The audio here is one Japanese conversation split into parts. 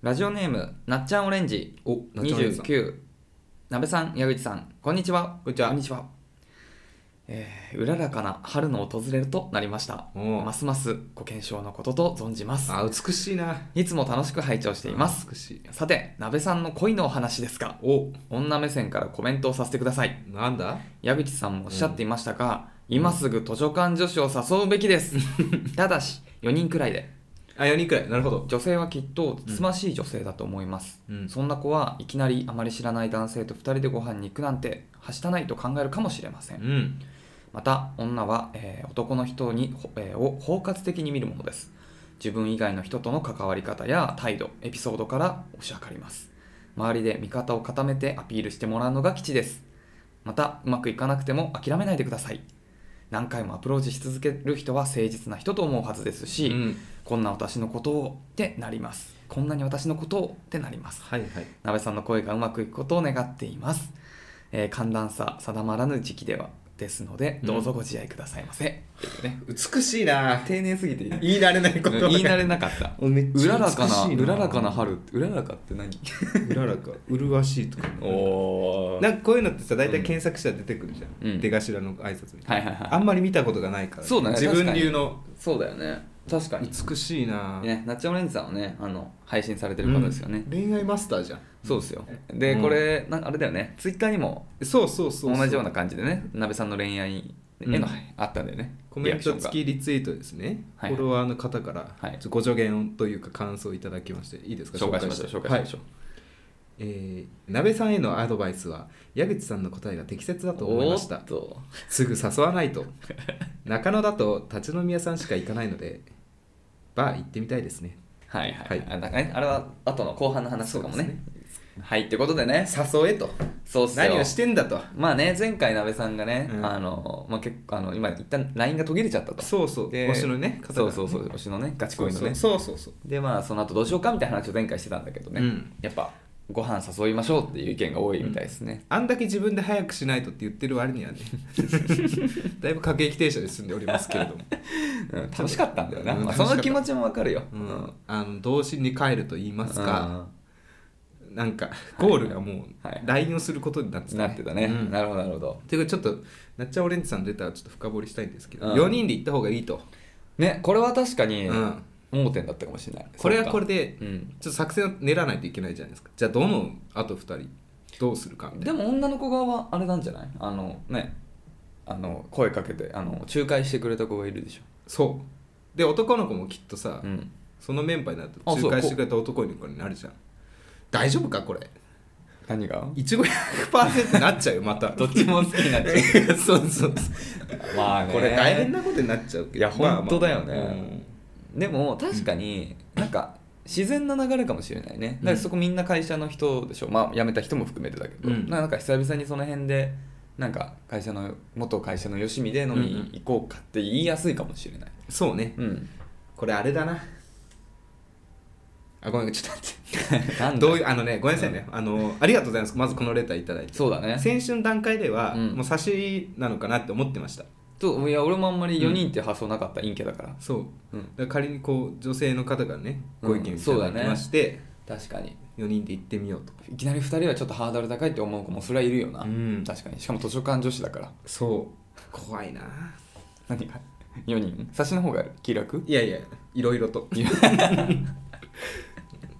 ラジオネームなっちゃんオレンジおなっちゃんオレンジさん29なべさん矢口さんこんにちはこんにちはえーうららかな春の訪れとなりましたおうますますご健勝のことと存じますあ美しいないつも楽しく拝聴しています美しいさてなべさんの恋のお話ですがお女目線からコメントをさせてくださいなんだ矢口さんもおっしゃっていましたが、今すぐ図書館女子を誘うべきです ただし4人くらいであ4人くらいなるほど女性はきっとつつましい女性だと思います、うんそんな子はいきなりあまり知らない男性と2人でご飯に行くなんてはしたないと考えるかもしれません、うんまた女は、えー男の人に、ほえーを包括的に見るものです自分以外の人との関わり方や態度エピソードから推し量ります周りで味方を固めてアピールしてもらうのが基地ですまたうまくいかなくても諦めないでください何回もアプローチし続ける人は誠実な人と思うはずですし、うんこんな私のことをってなりますこんなに私のことをってなりますはいはい鍋さんの声がうまくいくことを願っています、えー寒暖差定まらぬ時期ではですのでうんどうぞご自愛くださいませ、ね美しいな丁寧すぎて言い 言い慣れないこと慣れなかったおめっうちゃららか美なしいうららかな春うららかって何うららか麗しいとかおなんかこういうのってさ大体検索したら出てくるじゃん、うん出頭の挨拶みたい な、はいはいあはいんまり見たことがないから、そうだね自分流のそうだよね確かに美しいな、ねナッチオレンジさんはねあの配信されてる方ですよね、うん恋愛マスターじゃんそうですよで、うんこれなんかあれだよねツイッターにもそうそうそうそう同じような感じでねなべさんの恋愛への、うんあったんだよねコメント付リアクションきリツイートですね、はいフォロワーの方からはいご助言というか感想をいただきましていいですかが紹介しましょう紹介しましょう、はいえー、鍋さんへのアドバイスは矢口さんの答えが適切だと思いましたおーっとすぐ誘 わないと中野だと立ち飲み屋さんしか行かないのでバー行ってみたいですねはいはい、はいあなんかねあれは後の後半の話とかもねそうではいってことでね誘えとそうっすよ何をしてんだとまあね前回なべさんがね、うんあのまあ結構あの今一旦 LINE が途切れちゃったとそうそうで推しのね方そ々うそうそう推しのねガチ恋のねそうそうそうでまあその後どうしようかみたいな話を前回してたんだけどね、うんやっぱご飯誘いましょうっていう意見が多いみたいですね、あんだけ自分で早くしないとって言ってる割には ねだいぶ過激停車で進んでおりますけれども、うん楽しかったんだよな、うんまあ、楽しかそったの気持ちもわかるよ、ううんん、あの童心に帰ると言いますか、なんかいゴールがもうはい LINE をすることになってうんなってたね、うんなるほどなるほどていうかちょっとなっちゃんオレンジさんの出たらちょっと深掘りしたいんですけど、うん4人で行った方がいいと、ねこれは確かにうん盲点だったかもしれない、これはこれででうんちょっと作戦を練らないといけないじゃないですかじゃあどのあと2人どうするかみたいなでも女の子側はあれなんじゃないあのねあの声かけてあの仲介してくれた子がいるでしょ、そうで男の子もきっとさ、うん、そのメンバーになるとあそう仲介してくれた男の子になるじゃん大丈夫かこれ何がいちご100%なっちゃうよまた どっちも好きになっちゃ そうそうそうう まあこれ大変ななことになっちゃうけどいや本当だよねまあまあでも確かになんか自然な流れかもしれないねだからそこみんな会社の人でしょ、まあ辞めた人も含めてだけど、うんなんか久々にその辺でなんか会社の元会社のよしみで飲みに行こうかって言いやすいかもしれないそうねうん、 これあれだなあごめんちょっと待ってなんだどういうあのねごめんなさいね、あのありがとうございますまずこのレターいただいてそうだね先週の段階では、うんもう差しなのかなって思ってましたといや俺もあんまり4人って発想なかった、陰キャだからそううんだから仮にこう女性の方からねうんご意見いただきまして、確かに4人で行ってみようといきなり2人はちょっとハードル高いって思う子もそれはいるよな、うん確かにしかも図書館女子だからそう怖いな何が4人差しの方が気楽いやいやいろいろと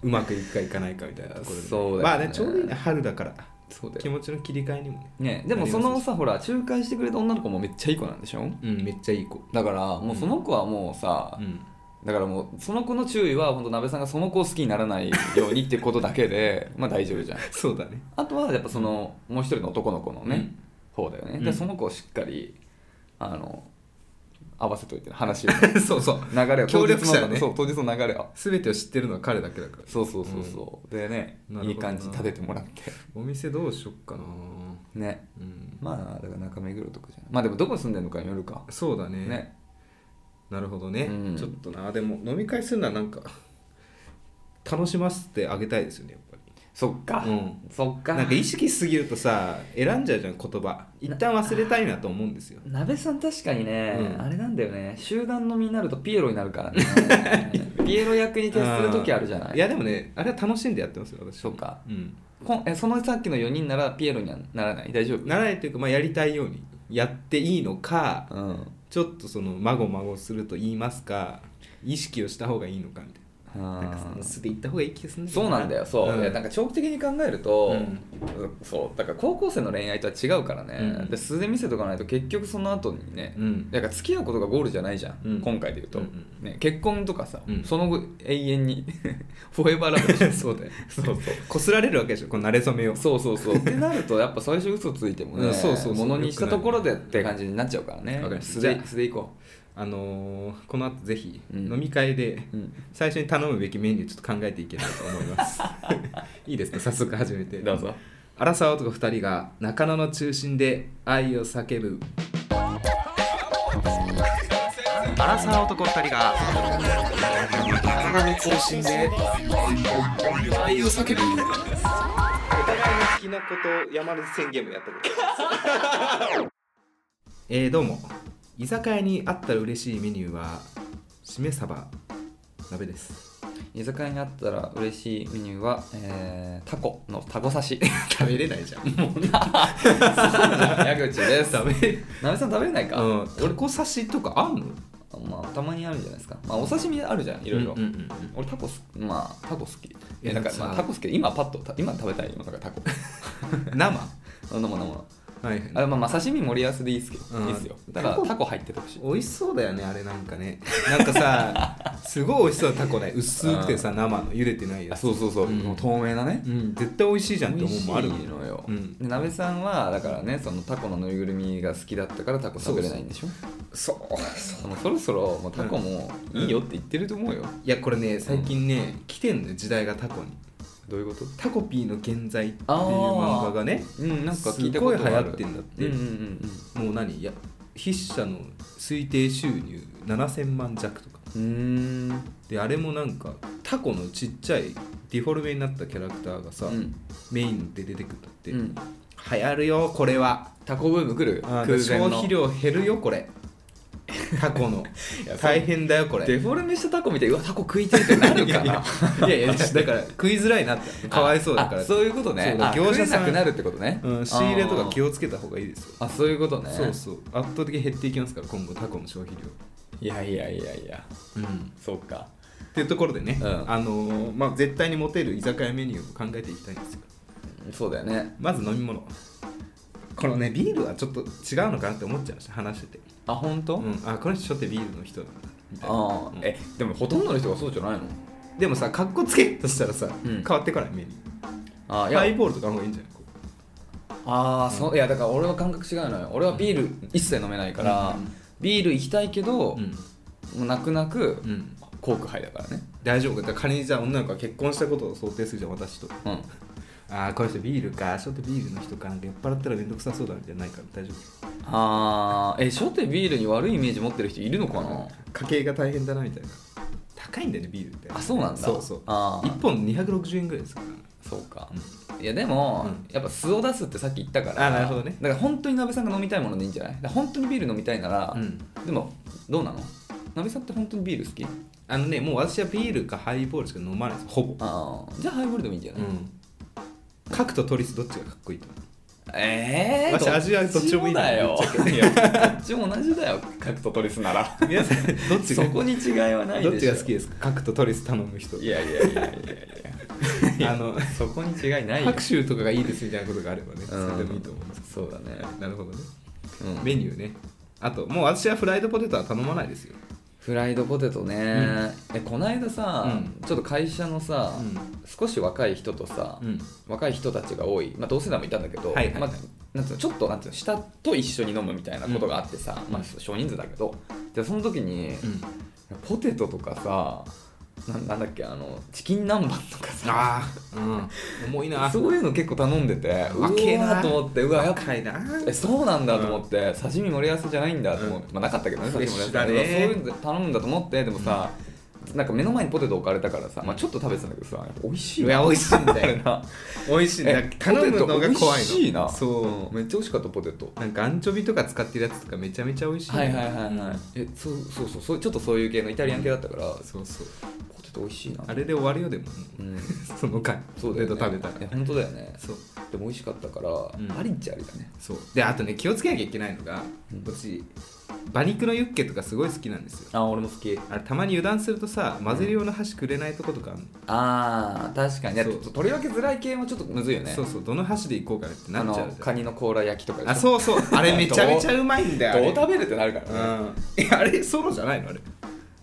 うまくいくかいかないかみたいなところでそうだまよあねねちょうどいいね春だからそうだ気よ持ちの切り替えにもねねでもそなりのますさほら仲介してくれた女の子もめっちゃいい子なんでしょうんめっちゃいい子だからもうその子はもうさ、うんだからもうその子の注意は本当鍋さんがその子を好きにならないようにってことだけでまあ大丈夫じゃん そうだねあとはやっぱそのもう一人の男の子のね、うん方だよね、うでんその子をしっかりあの合わせといて 話を そうそう流れを協力者当日のねそう当日の流れを全てを知ってるのは彼だけだからそうそうそうそう、でねなるほどないい感じに立ててもらってお店どうしよっかなねうんまあだから中目黒とかじゃないまあでもどこ住んでるのかによるかそうだねねなるほどね、うんちょっとなでも飲み会するのはなんか楽しませてあげたいですよねやっぱりそっか、うんそっかなんか意識しすぎるとさ選んじゃうじゃん言葉一旦忘れたいなと思うんですよ鍋さん確かにね、うん あれなんだよね集団飲みになるとピエロになるからねピエロ役に徹する時あるじゃないいやでもねあれは楽しんでやってますよ私そうかうんこんえそのさっきの4人ならピエロにはならない大丈夫ならないというか、まあ、やりたいようにやっていいのかうんちょっとそのまごまごすると言いますか意識をした方がいいのかみたいななんかその素で行った方がいい気がするそうなんだよそう、いやなんかか長期的に考えると、そうだから高校生の恋愛とは違うからね、うんで素で見せとかないと結局その後にね、うんだから付き合うことがゴールじゃないじゃん、うん今回で言うと、うんうんね、結婚とかさ、うんその後永遠に フォーエバーラブでしょ そうだよそうそうこすられるわけでしょこの慣れ初めをそうそうそうってなるとやっぱ最初嘘ついてもね、うんそうそうそうものにしたところでって感じになっちゃうからねわかりました素じゃであ素でいこあのーこの後ぜひうん飲み会でう、うん、最初に頼むべきメニューちょっと考えていければと思います いいですか早速始めてどうぞ荒沢男2人が中野の中心で愛を叫ぶ荒沢男2人が中野の中心で愛を叫ぶお互いの好きなことを山根宣言もやったことえー、どうも居酒屋にあったら嬉しいメニューはしめ鯖鍋です居酒屋にあったら嬉しいメニューは、えータコのタコ刺し食べれないじゃん 矢口です食べれなべさん食べれないか、うん、俺こう刺しとかあんのまあ、たまにあるじゃないですか、まあ、お刺身あるじゃんいろいろ、うんうんうん俺タコすまあタコ好きいやだから、まあ、さタコ好きで今パッとた今食べたい今だ からタコうん生は飲む飲むいあまあまあ刺身盛り合わせでいいっすけど、うんいいっすよだからタコタコ入っててほしい美味しそうだよねあれなんかねなんかさすごい美味しそうなタコね薄くてさ生の茹でてないやあつそうそうそう、うんもう透明なねうん、絶対美味しいじゃんって思うもんある美味しいのよ、うんで鍋さんはだからねそのタコのぬいぐるみが好きだったからタコ食べれないんでしょそうそうもうそろそろもうタコもいいよって言ってると思うよ、いやこれね最近ね、来てんのよ時代がタコにどういうことタコピーの現在っていうあー漫画がねうんなんか聞いたすごこいと流があ行るってんだって、うんうんうんもう何いや筆者の推定収入7000万弱とかうんうーんであれもなんかタコのちっちゃいディフォルメになったキャラクターがさ、うんメインで出てくるんだって、うん流行るよこれはタコブーム来るあ空ー前消の費量減るよこれ タコのやそう大変だよこれデフォルメしたタコ見てうわタコ食いてるってなるいかやいなやいやいやだから食いづらい なってかわいそうだからあそういうことねそうだあ業業者者さんなくなるってことねうん、仕入れとか気ををつけた方がいいですよあそういうことねそうそう圧倒的に減っていきますから今後タコの消費量いやいやいやいやうんそうかっていうところでね、うんあのーまあ、絶対にモテる居酒屋メニューを考えていきたいんですよそうだよねまず飲み物このねビールはちょっと違うのかなって思っちゃいました話してて、あ本当、うん、あこの人ってビールの人なんだみたいなああうんえでもほとんどの人がそうじゃないのでもさかっこつけるとしたらさ、うん変わってこないメニュあーいやハイボールとかの方がいいんじゃないこうああそういやだから俺は感覚違うのよ俺はビール一切飲めないから、うんビール行きたいけど、もう泣く泣くうんうんコーク杯だからね大丈夫かだから仮にじゃあ女の子が結婚したことを想定するじゃん私とうんああこの人ビールかちょっとビールの人かなんか酔っ払ったら面倒くさそうだじゃないから大丈あーえ初手ビールに悪いイメージ持ってる人いるのかな夫家計が大変だなみたいな高いんだよねビールってあそうなんだそうそうあー1本260円ぐらいですからそうかうん、いやでも、うんやっぱ素を出すってさっき言ったからあなるほどねだから本当に鍋さんが飲みたいものでいいんじゃないだから本当にビール飲みたいなら、うんでもどうなの鍋さんって本当にビール好きあのねもう私はビールかハイボールしか飲まないですほぼ、あーじゃあハイボールでもいいんじゃない、ん、角とトリスどっちがかっこいいと思うええー、私味はどっちもいいだよぶっちゃけいやどっちも同じだよ角とトリスなら皆さんどっちがそこに違いはないでしょどっちが好きですか角とトリス頼む人いやいやいやいやいやいやあのそこに違いないよ拍手とかがいいですみたいなことがあればね、うんそれでもいいと思いますそうだね、なるほどねうんメニューねあともう私はフライドポテトは頼まないですよフライドポテトね、えこないださ、うんちょっと会社のさ、うん少し若い人とさ、うん若い人たちが多い、まあ、同世代もいたんだけど、はいはいはいまあ、なんつうのちょっとなんつうの下と一緒に飲むみたいなことがあってさ、うんまあ、少人数だけどでその時に、ポテトとかさななんだっけあのチキン南蛮とかさああ、うん、重いなそういうの結構頼んでてうわ若えなーと思ってうわやっぱ若いなえそうなんだと思って、刺身盛り合わせじゃないんだと思って、うまあなかったけどねフ刺レッ身盛シり合わせュだねそういうの頼むんだと思ってでもさ、なんか目の前にポテト置かれたからさ、まあ、ちょっと食べてたんだけどさやっぱ美味しいいや美味 しいんだよな美味しいんだえ頼むのが怖いのポテト美味しいなそめっちゃ美味しかったポテトうなんかアンチョビとか使ってるやつとかめちゃめちゃ美味しいはいはいはいはい、えそうそうそうそうちょっとそういう系のイタリアン系だったから、そうそうポと美味しいなあれで終わるよでも うんその回そうだよ、ね、ポテト食べたらいや本当だよねそうでも美味しかったから、んありっちゃありだねそうであとね気をつけなきゃいけないのが、うん私馬肉のユッケとかすごい好きなんですよあ俺も好きあれたまに油断するとさ混ぜる用の箸くれないとことかあるのあー確かにいやそうちょっと取り分けづらい系もちょっとむずいよねそうそうどの箸でいこうかってなあっちゃのうじゃんカニの甲羅焼きとかでしょあそうそうあれめちゃめちゃうまいんだよあどれう食べるってなるかうらね、んえあれソロじゃないのあれ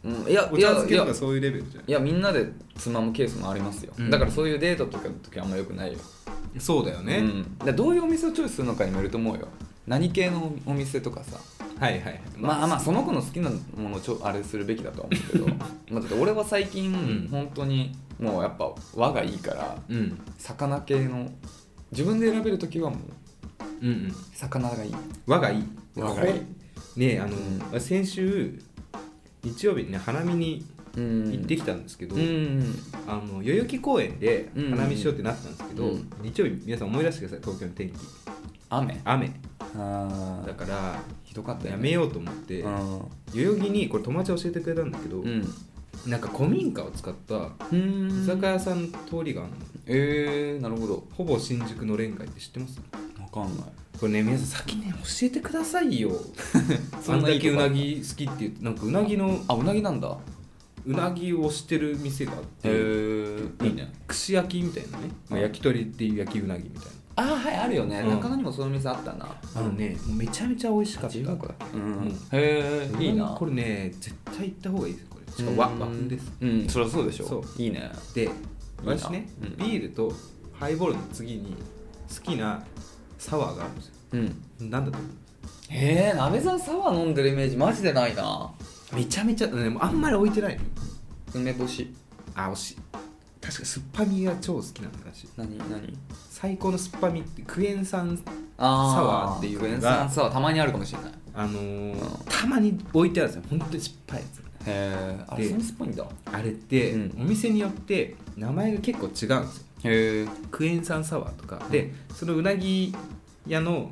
うんいやおい茶や漬いけやとかそういうレベルじゃいやみんなでつまむケースもありますよ、うんだからそういうデートとかの時はあんまよくないよ、んそうだよね、うん、だからどういうお店をチョイスするのかにもよると思うよ何系のお店とかさはいはいはいまあまあその子の好きなものをちょあれするべきだとは思うけ どまあだって俺は最近、ん本当にもうやっぱ和がいいからうんうん魚系の自分で選べる時はもううん魚がいい和がいい和がいいねえあの、う先週日曜日にね花見にうん行ってきたんですけど、うんあの代々木公園でうん花見しようってなったんですけど、うん日曜日皆さん思い出してください東京の天気雨雨あだからひどかったよ、やね、めようと思って、うん代々木にこれ友達が教えてくれたんだけど、うんなんか古民家を使ったうん居酒屋さんの通りがあるの、えー、なるほどほぼ新宿のレンガって知ってますわかんないこれね皆さん先ね教えてくださいよ そあんんないだいとけうこあなったぎ好きって言ってなんかうなぎのあうなぎなんだうなぎをしてる店があっへてーいいね串焼きみたいなね、まあ、焼き鳥っていう焼きうなぎみたいあーはいあるよね、うん中野にもそういう店あったななあのねもうめちゃめちゃ美味しかった自由が丘だっけ、うんへえいいなこれね絶対行った方がいいですよこれしかうんも和和風ですうんそりゃそうでしょそいいねで私ねうんビールとハイボールの次に好きなサワーがあるんですようんなんだと思うへえ鍋沢サワー飲んでるイメージマジでないなめちゃめちゃ、ね、もうあんまり置いてないのよ梅干しあ惜しい確か酸っぱみが超好きなんだし何何最高の酸っぱみってクエン酸あサワーっていうのクがエン酸サワーたまにあるかもしれないへあのーうんたまに置いてあるんですよ本当に酸っぱいやつえあれでそんな酸っぱいんだあれって、うんお店によって名前が結構違うんですよへえクエン酸サワーとかでそのうなぎ屋の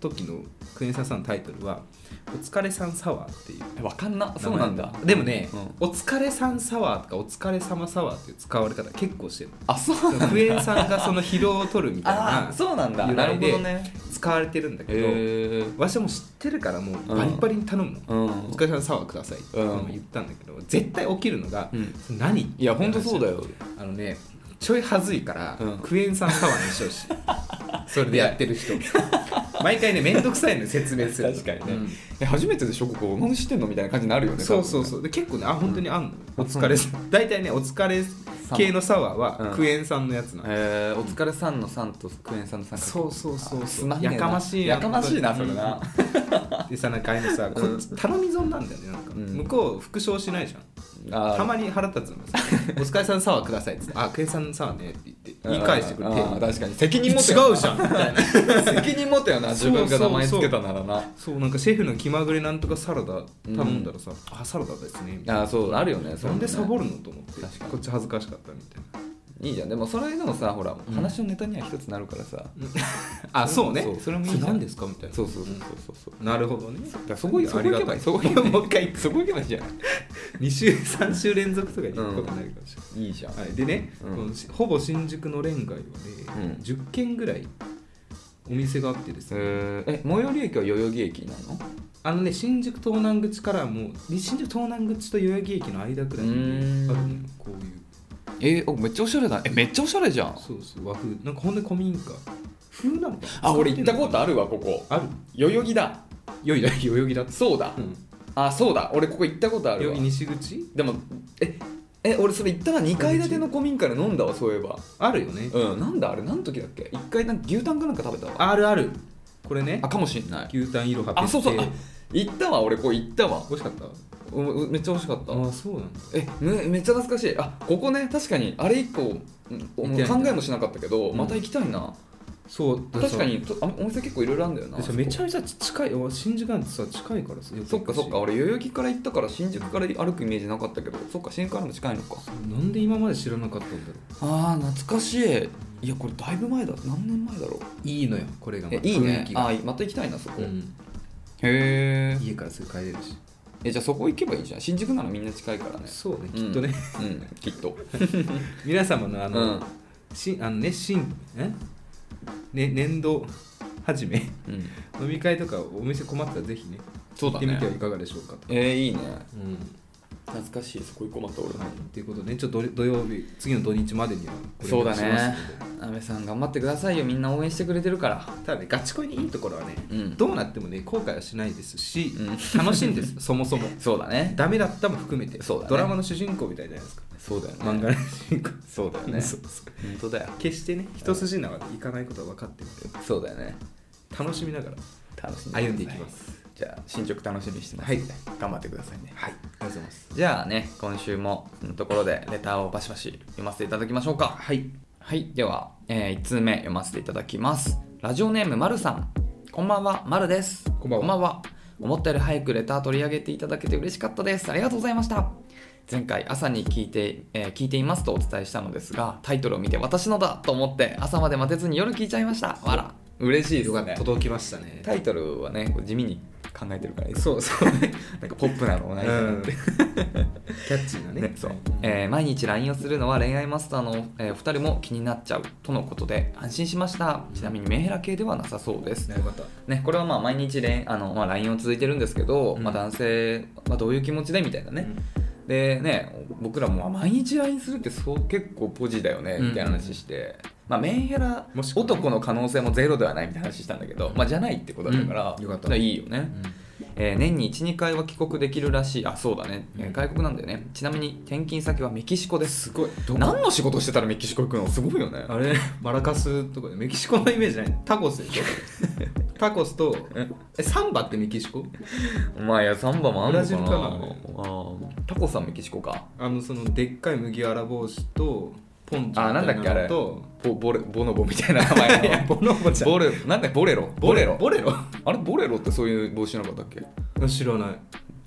時のクエン酸さんのタイトルは「お疲れさんサワー」っていうわかんな名そう前なんだでもね、うんお疲れさんサワー」とか「お疲れ様サワー」っていう使われ方結 構してるあそうなんだクエン酸がその疲労を取るみたあいなーそうなんだ由なる来ほでどね使われてるんだけど、へえわしはもう知ってるからもうバリバリに頼むの、うんお疲れさんサワーくださいってうん言ったんだけど、絶対起きるのが、うん何いや本当そうだよよあのねちょい恥ずいから、うんクエン酸サワーにしよう しそれでやってる人毎回ね面倒くさいの説明する 確かにね、ね、え初めてでしょここ何してんのみたいな感じになるよねそうそううそうで結構ねあ本当にあんの、お疲うれ大体ねお疲れ系のサワーうんはクエン酸のやつなの、えー、お疲れさんのさんとクエンさんのさんそうそうそうそうすまんねえなやかましいなやかましいなそれなでさなんかああいうのさ、こっち頼み損なんだよねなんか、うん向こう復唱しないじゃんたたまに腹立つのが さ「お疲れさんサワーください」っつって「あクエン酸サワーね」って言って言い返してくれて確かに責任持て違うじゃんみたいなゃん責任持てよな自分が名前つけたならなそうなんかシェフの気まぐれなんとかサラダ頼んだらさ、あサラダですねみたいあーそうあるよねななんでサボるるのと思って確かにこっち恥ずかしかったみたいないいじゃんでもそれでもさほら、ん話のネタには一つなるからさ、あそうねそうそれもいいじゃんそれ何ですかみたいそうそうそうそうそうなるほどねだからそこそこ行けばいいそこ行けばいいもう一 回そこ行けばいいじゃん2週3週連続とかに行くことになるかもしれないいいじゃん、はい、でね、うんこのしほぼ新宿のレンガイはね、うん10軒ぐらいお店があってですね、えーえ最寄り駅は代々木駅なのあのね新宿東南口からもう新宿東南口と代々木駅の間くらいにあるのようこういうえー、おめっちゃおしゃれだえめっちゃおしゃれじゃんそうそう和風なんかほんで古民家風なのかなあ俺行ったことあるあるわここある代々木だよいだ代々木だっそうだ、うんあそうだ俺ここ行ったことある代々わ木西口でもええ俺それ行ったら2階建ての古民家で飲んだわそういえばあるよねうんなんだあれ何時だっけ1回なんか牛タンかなんか食べたわあるあるこれねあかもしんない牛タンいろはあそうそうあ美行ったわ俺ここ行ったわ味しかったううめっちゃ美味しかったあそうなんだえめめっちゃ懐かしいあここね確かにあれ以降うん行ってない考えもしなかったけど、うんまた行きたいなそう確かにとあお店結構いろいろあるんだよなでさあそこめちゃめちゃ近いお新宿なんてさ近いからさそっかそっか俺代々木から行ったから新宿から歩くイメージなかったけどそっか新宿からも近いのかなんで今まで知らなかったんだろあー懐かしいいやこれだいぶ前だ何年前だろうういいのよこれがまえたいい雰ね囲気があーまた行きたいなそこ、うへんえ家からすぐ帰れるしえじゃあそこ行けばいいじゃん新宿ならみんな近いからねそうねうきんっとね、 うんきっと皆様のあうの、んしあのねしんえね年度始めうん飲み会とかお店困ったらぜひねそう行だってみねてはいかがでしょうかと、えー、いいねうん懐かしいそこ行こうまたはい俺、ということでねちょっと土土曜日次の土日までにはこれそうだしますね安倍さん頑張ってくださいよみんな応援してくれてるからただねガチ恋にいいところはね、うんどうなってもね後悔はしないですし、う楽しいん ですそもそもそうだねダメだったも含めてそうだねドラマの主人公みたいじゃないですかそうだよね漫画の主人公そうだよねそうそう本当だよ決してね一筋縄でいかないことは分かってるんでそうだよね楽しみながら楽しんで歩んでいきますじゃあ進捗楽しみにしてます、はい頑張ってくださいねはいありがとうございますじゃあね今週もこのところでレターをバシバシ読ませていただきましょうかはいはいでは、え1通目読ませていただきますラジオネームまるさんこんばんはまるですこんばんは思ったより早くレター取り上げていただけて嬉しかったですありがとうございました前回朝に聞いて、えー聞いていますとお伝えしたのですがタイトルを見て私のだと思って朝まで待てずに夜聞いちゃいましたわら嬉しいですよかったね届きましたねタイトルはねこう地味に考えてるからいいですそうそうね なんかポップなのをないかな って、キャッチーなねねそうえー毎日 LINE をするのは恋愛マスターの、えーお二人も気になっちゃうとのことで安心しましたちなみにメンヘラ系ではなさそうです、なるほどね、これはまあ毎日恋あの、まあ、LINE を続いてるんですけど、うんまあ、男性はどういう気持ちでみたいなね、でね僕らもまあ毎日 LINE するってそう結構ポジだよねうんみたいな話して、まあ、メンヘラもしくはね男の可能性もゼロではないみたいな話したんだけど、まあ、じゃないってことだから,、うんよかったいいよね、えー年に12回は帰国できるらしいあそうだね、えーうん外国なんだよねちなみに転勤先はメキシコですすごいどこ何の仕事してたらメキシコ行くのすごいよねあれマラカスとかメキシコのイメージないタコスで しょタコスとえサンバってメキシコまあいやサンバもあんのかなブラジルかなあータコさんメキシコかあのそのでっかい麦わら帽子とポンチョみたいあなんだっけあれのとボボレボノボみた いな名前いやのボノボちゃんボレなんだっけボレロボレロボレロあれボレロってそういう帽子じゃなかったっけ知らない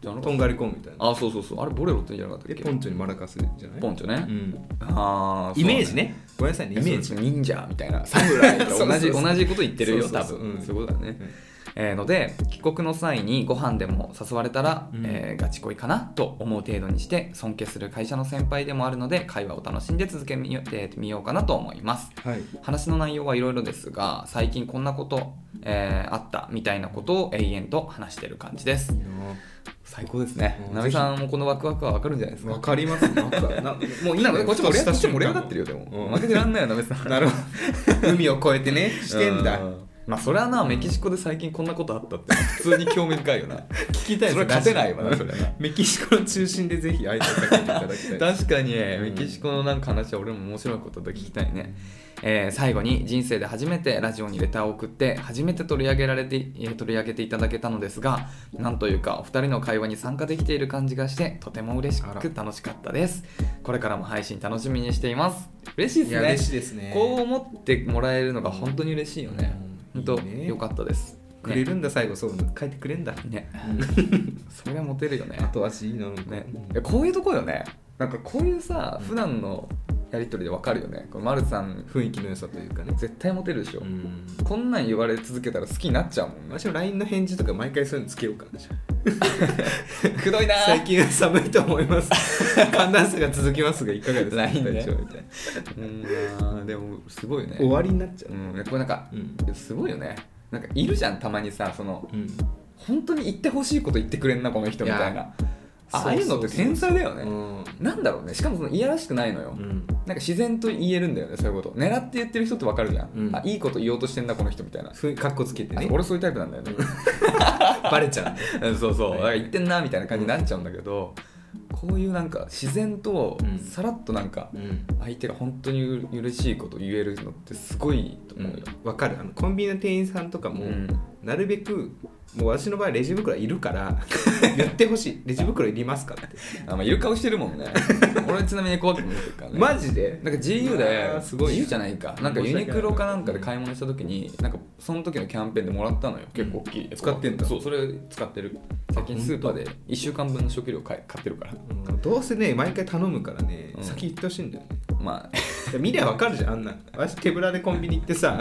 じゃなかとっんがりコーンみたいたなあそうそうそうあれボレロって言うんじゃなかったでっけポンチョにマラカスじゃないポンチョうね、んああイメージねごめんなさいねイメージ忍者みたいな侍と 同じそうそうそう同じこと言ってるよそう多そうそうう分んそういうことだね、えーので帰国の際にご飯でも誘われたら、うんえーガチ恋かなと思う程度にして尊敬する会社の先輩でもあるので会話を楽しんで続けみよ,、えーみようかなと思いますはい話の内容はいろいろですが最近こんなこと、えーあったみたいなことを永遠と話してる感じです最高ですねうんなべさんもこのワクワクはわかるんじゃないですかわかりますなんかなもうなんかこっちも盛り上がこっちも盛り上がってるよよでも、うん負けてらんない よなべさんなるほど海を越えてねしてんだうまあそれはなメキシコで最近こんなことあったって普通に興味深いよな 聞きそれは勝てないわなラジそオれはなメキシコの中心でぜひ挨拶かけていただきたい 確かにんメキシコのなんか話は俺も面白いことだけ聞きたいね、えー最後に人生で初めてラジオにレターを送って初めて取り上げられてえー取り上げていただけたのですがなんというかお二人の会話に参加できている感じがしてとても嬉しあらく楽しかったですこれからも配信楽しみにしています嬉しいいでやすね嬉しいですねこう思ってもらえるのが本当に嬉しいよね、うん本当いいねよかったですくれるんだ最後そう書いてくれんだねそれがモテるよね後足いいのねね、いやこういうとこよねなんかこういうさ普段のやり取りでわかるよねこのマルさん雰囲気の良さというかね絶対モテるでしょ、うんこんなん言われ続けたら好きになっちゃうも んね私も LINE の返事とか毎回そういうのつけようかなじゃあくどいなー最近は寒いと思います寒暖差が続きますがいかがですか LINE ね体調みたいなうんあーでもすごいよね 終わりになっちゃううん、これなんかうん、すごいよねなんかいるじゃんたまにさそのうん、本当に言ってほしいこと言ってくれんなこの人みたいいなやああいうのって天才だよね、うんなんだろうねしかもそのいやらしくないのよ、うんなんか自然と言えるんだよねそういうこと狙って言ってる人ってわかるじゃん、うんあいいこと言おうとしてんなこの人みたいな、ふかっこつけてあね俺そういうタイプなんだよねバレちゃううん そうそう、はないんか言ってんなみたいな感じになっちゃうんだけど、こういうなんか自然とうんさらっとなんかうん相手が本当にう嬉しいこと言えるのってすごいと思うよ、わかるあのコンビニの店員さんとかうんも、なるべくもう私の場合レジ袋いるから 言ってほしいレジ袋いりますかってあまあ、いる顔してるもんね俺ちなみに怖く見えてるからねマジでなんか GU であーすごい GU じゃないかなんか申し訳ユないニクロかなんかで買い物した時になんかその時のキャンペーンでもらったのよ結構大きい、使ってんだそうそれ使ってる最近スーパーで1週間分の食料買い買ってるからうんどうせね毎回頼むからね、うん先言ってほしいんだよねまあいや見りゃわかるじゃんあんな私手ぶらでコンビニ行っ てさ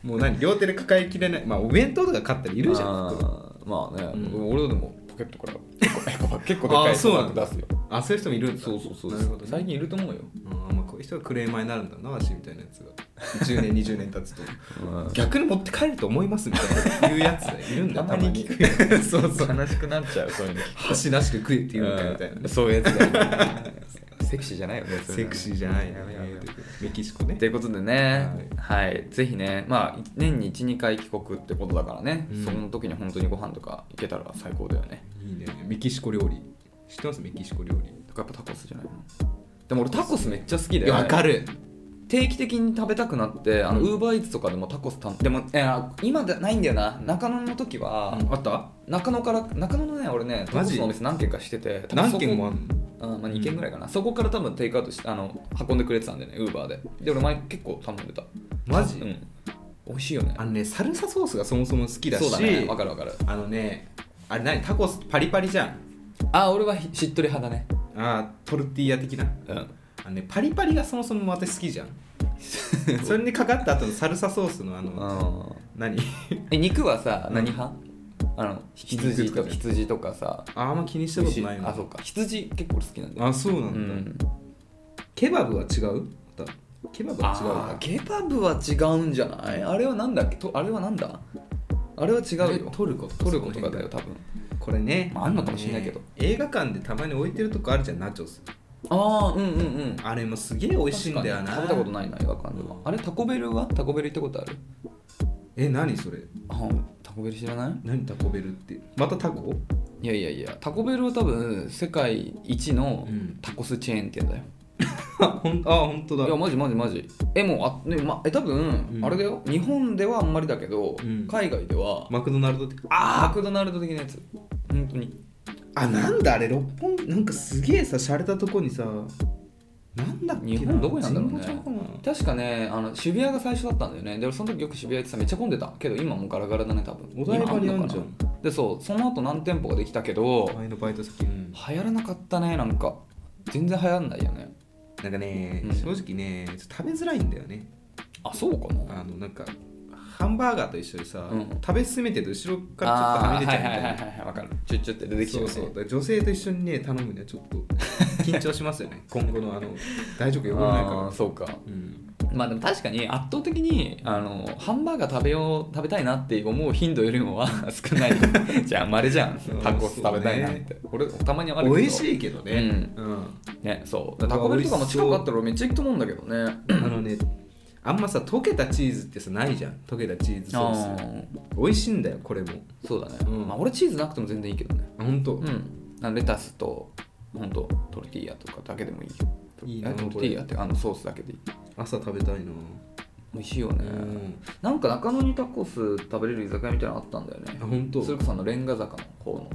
もう何両手で抱えきれないまあお弁当とか買ったらいるじゃんあーまあね、うん俺でもケットからエコエコバッグ結構でっかいあエコそうバなッんグだ出すよあそういう人もいるんだそうそうそうなるほど、ね、最近いると思うよ、うんまあ、こういう人がクレーマーになるんだろうな私みたいなやつが10年20年経つと逆に持って帰ると思いますみたいな言うやつがいるん だたまに聞そうそう悲しくなっちゃうそういう の聞く箸なしで食えって言うのかみたいな、うんそういうやつだよね セクシーじゃないよねそれセクシーじゃないやめようやめようメキシコねということでね、はい、ぜひね、まあ、年に1、2回帰国ってことだからね、うんその時に本当にご飯とか行けたら最高だよね。いいねメキシコ料理知ってますメキシコ料理だからやっぱタコスじゃないかな。でも俺タコスめっちゃ好きだよ。る定期的に食べたくなって、あの、ウーバーイーツとかでもタコスたん、でも、えー今でないんだよな、中野の時は、あった中野から、中野のね、俺ね、タコスのお店何軒かしてて、多分そ何こ軒もあんのあーまあ、2軒ぐらいかな、そこから多分テイクアウトしてあの運んでくれてたんでねウーバーでで俺前結構頼んでたマジうん美味しいよねあのねサルサソースがそもそも好きだしそうだねわかるわかるあのねあれ何タコスパリパリじゃんあー俺はひしっとり派だねあートルティーヤ的なうんあのねパリパリがそもそも私好 きじゃんそれにかかった後のサルサソースのあのあ何 え肉はさうん何派、あの羊と肉とかね羊とかさあんま気にしたことないなあそうか羊結構俺好きなんだよあそうなんうだ、ん、ケバブは違うまたケバブは違うあかーケバブは違うんじゃないあれはなんだっけとあれはなんだあれは違うよトルコとかトルコとかだよ多分これね、まああんのかもしれないけどね映画館でたまに置いてるとこあるじゃんナチョスああうんうんうんあれもすげえ美味しいんだよな食べたことないな映画館ではあれタコベルはタコベル行ったことあるえ何それあタコベル知らない何タコベルってまたタコいやいやいやタコベルは多分世界一のうんタコスチェーン店だよ、あほんあ本当だいやマジマジマジえもうあ、ねま、え多分、うんあれだよ日本ではあんまりだけど、うん海外ではマクドナルドってマクドナルド的なやつ本当にあなんだあれ六本なんかすげえさ洒落たとこにさなんだっけ日本どこにあんだろうね神保町か確かねあの渋谷が最初だったんだよねで俺その時よく渋谷行ってさめっちゃ混んでたけど今もうガラガラだね多分なお台場にあ今のかんじなゃんでそうその後何店舗ができたけど、前のバイト先、うん流行らなかったねなんか全然流行んないよねなんかね、うん正直ねちょっと食べづらいんだよねあそうかなあのなんかハンバーガーと一緒でさ、うん食べ進めてると後ろからちょっとはみ出ちゃうみたいな、あーはいはいはいはいわかるチュッチュって出てきちゃそううねそうだから女性と一緒にね頼むにはちょっと緊張しますよね今後のあの大丈夫呼ばれないからあーそうかうんまあでも確かに圧倒的にあのハンバーガー食べよう食べたいなって思う頻度よりもは少 ないじゃあまれじゃんそうタコス食べたいなって、俺たまにあるけど美味しいけどね、うんねそうタコベルとかも近くあったら俺めっちゃ行くと思うんだけどねあのねあんまさ溶けたチーズってさないじゃん溶けたチーズソあースー美味しいんだよこれもそうだね、うんまあ俺チーズなくても全然いいけどねあほんと、うん、あのレタスと本当トルティーヤとかだけでもいいよいいなあトルティーヤってあのソースだけでいい朝食べたいな、美味しいよね、うんなんか中野にタコス食べれる居酒屋みたいなのあったんだよねあほんとそれこそあのレンガ坂の方の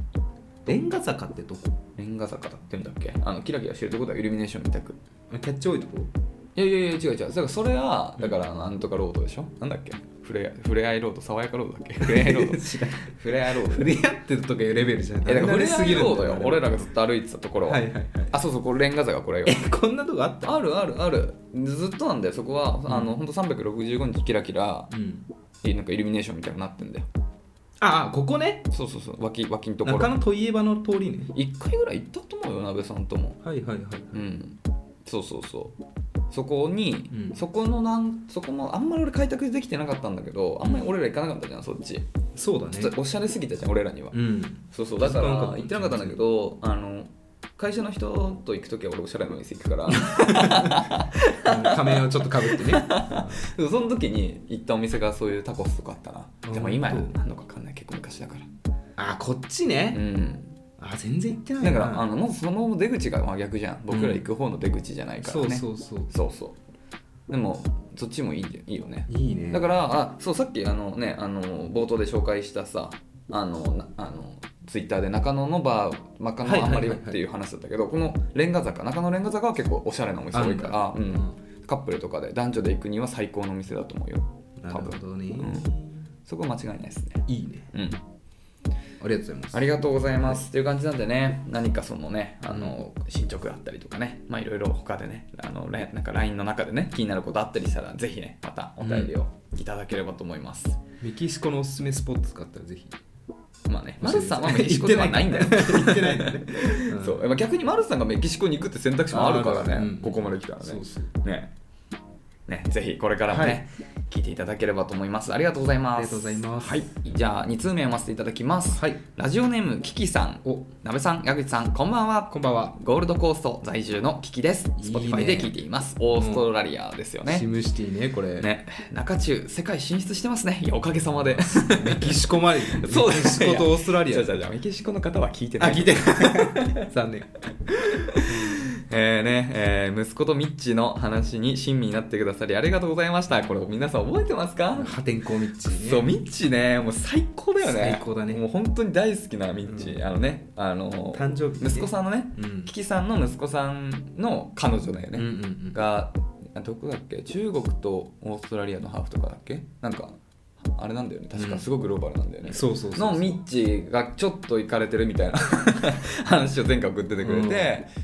レンガ坂ってどこレンガ坂だってんだっけあのキラキラしてるとこだよイルミネーションみたくあキャッチ多いとこいやいやいや違う違うだからそれはだからあのなんとかロードでしょなんだっけふれふれあいロード爽やかロードだ っけふれあいロ ードふれあいロード 触れ合ってるとかいうレベルじゃないえだからふれあいロードよ俺ららがずっと歩いてたところはいはいはい あそうそうこれレンガ坂これよえこんなとこあったあるあるあるずっとなんだよそこは、あのほんと365日キラキラうんえなんかイルミネーションみたいになってんだよああここねそうそうそう脇脇のとこ中ろ野といえばの通りね1回ぐらい行ったと思うよ鍋さんともはいはいはいうんそうそうそうそこに、うんそこのなんそこもあんまり俺開拓できてなかったんだけどあんまり俺ら行かなかったじゃんそっちそうだねちょっとおしゃれすぎたじゃん俺らには、うんそうそうだから気づかなかった行ってなかったんだけどあの会社の人と行く時は俺おしゃれなお店行くから 仮面をちょっとかぶってねそうその時に行ったお店がそういうタコスとかあったなでも今や本当なんのかわかんない結構昔だからあこっちうねんあ全然行ってないだなからあのまずその出口が真逆じゃん僕ら行く方の出口じゃないからね、そうそうそうそうそうでもそっちもいいじゃんいいよねいいねだからあそうさっきあのねあの冒頭で紹介したさあのなあのツイッターで中野のバー中はい野あはいんはまりいはいっていう話だったけど、このレンガ坂中野レンガ坂は結構おしゃれなお店多いからあるんだうんカップルとかで男女で行くには最高のお店だと思うよな多るほ分どねうんそこ間違いないですねいいねうんありがとうございますありがとうございますっていう感じなんでね、何かそのね、あの進捗だったりとかね、まあいろいろ他でね、あのラインなんか LINE の中でね、気になることあったりしたら、ぜひね、またお便りをいただければと思います。メキシコのおすすめスポット使ったらぜひうん、まあねマルさんはメキシコでは ないんだよ言ってないんだね、んそうまあ逆にマルさんがメキシコに行くって選択肢もあるからねあ、るからうんここまで来たらねそうそうねねぜひこれからもね、はい聞いていただければと思いますありがとうございますありがとうございますはい、じゃあ2通目読ませていただきます、はいラジオネームキキさんおなべさん矢口さんこんばんはこんばんはゴールドコースト在住のキキですいいね Spotify で聞いていますオーストラリアですよね、シムシティねこれね、中中世界進出してますねいやおかげさまでメキシコまで そうメキシコとオーストラリじアゃじゃじゃメキシコの方は聞いてあない聞いてない 残念えーねえー息子とミッチーの話に親身になってくださりありがとうございましたこれ皆さん覚えてますか破天荒ミッチーねそうミッチーねもう最高だよね最高だねもう本当に大好きなミッチー、うんあのねあの誕生日ね息子さんのねうんキキさんの息子さんの彼女だよね、うんうんうんがあどこだっけ中国とオーストラリアのハーフとかだっけなんかあれなんだよね確うかんすごいグローバルなんだよね、そうそうそうそうのミッチーがちょっと行かれてるみたい な話を前回送っててくれて、うん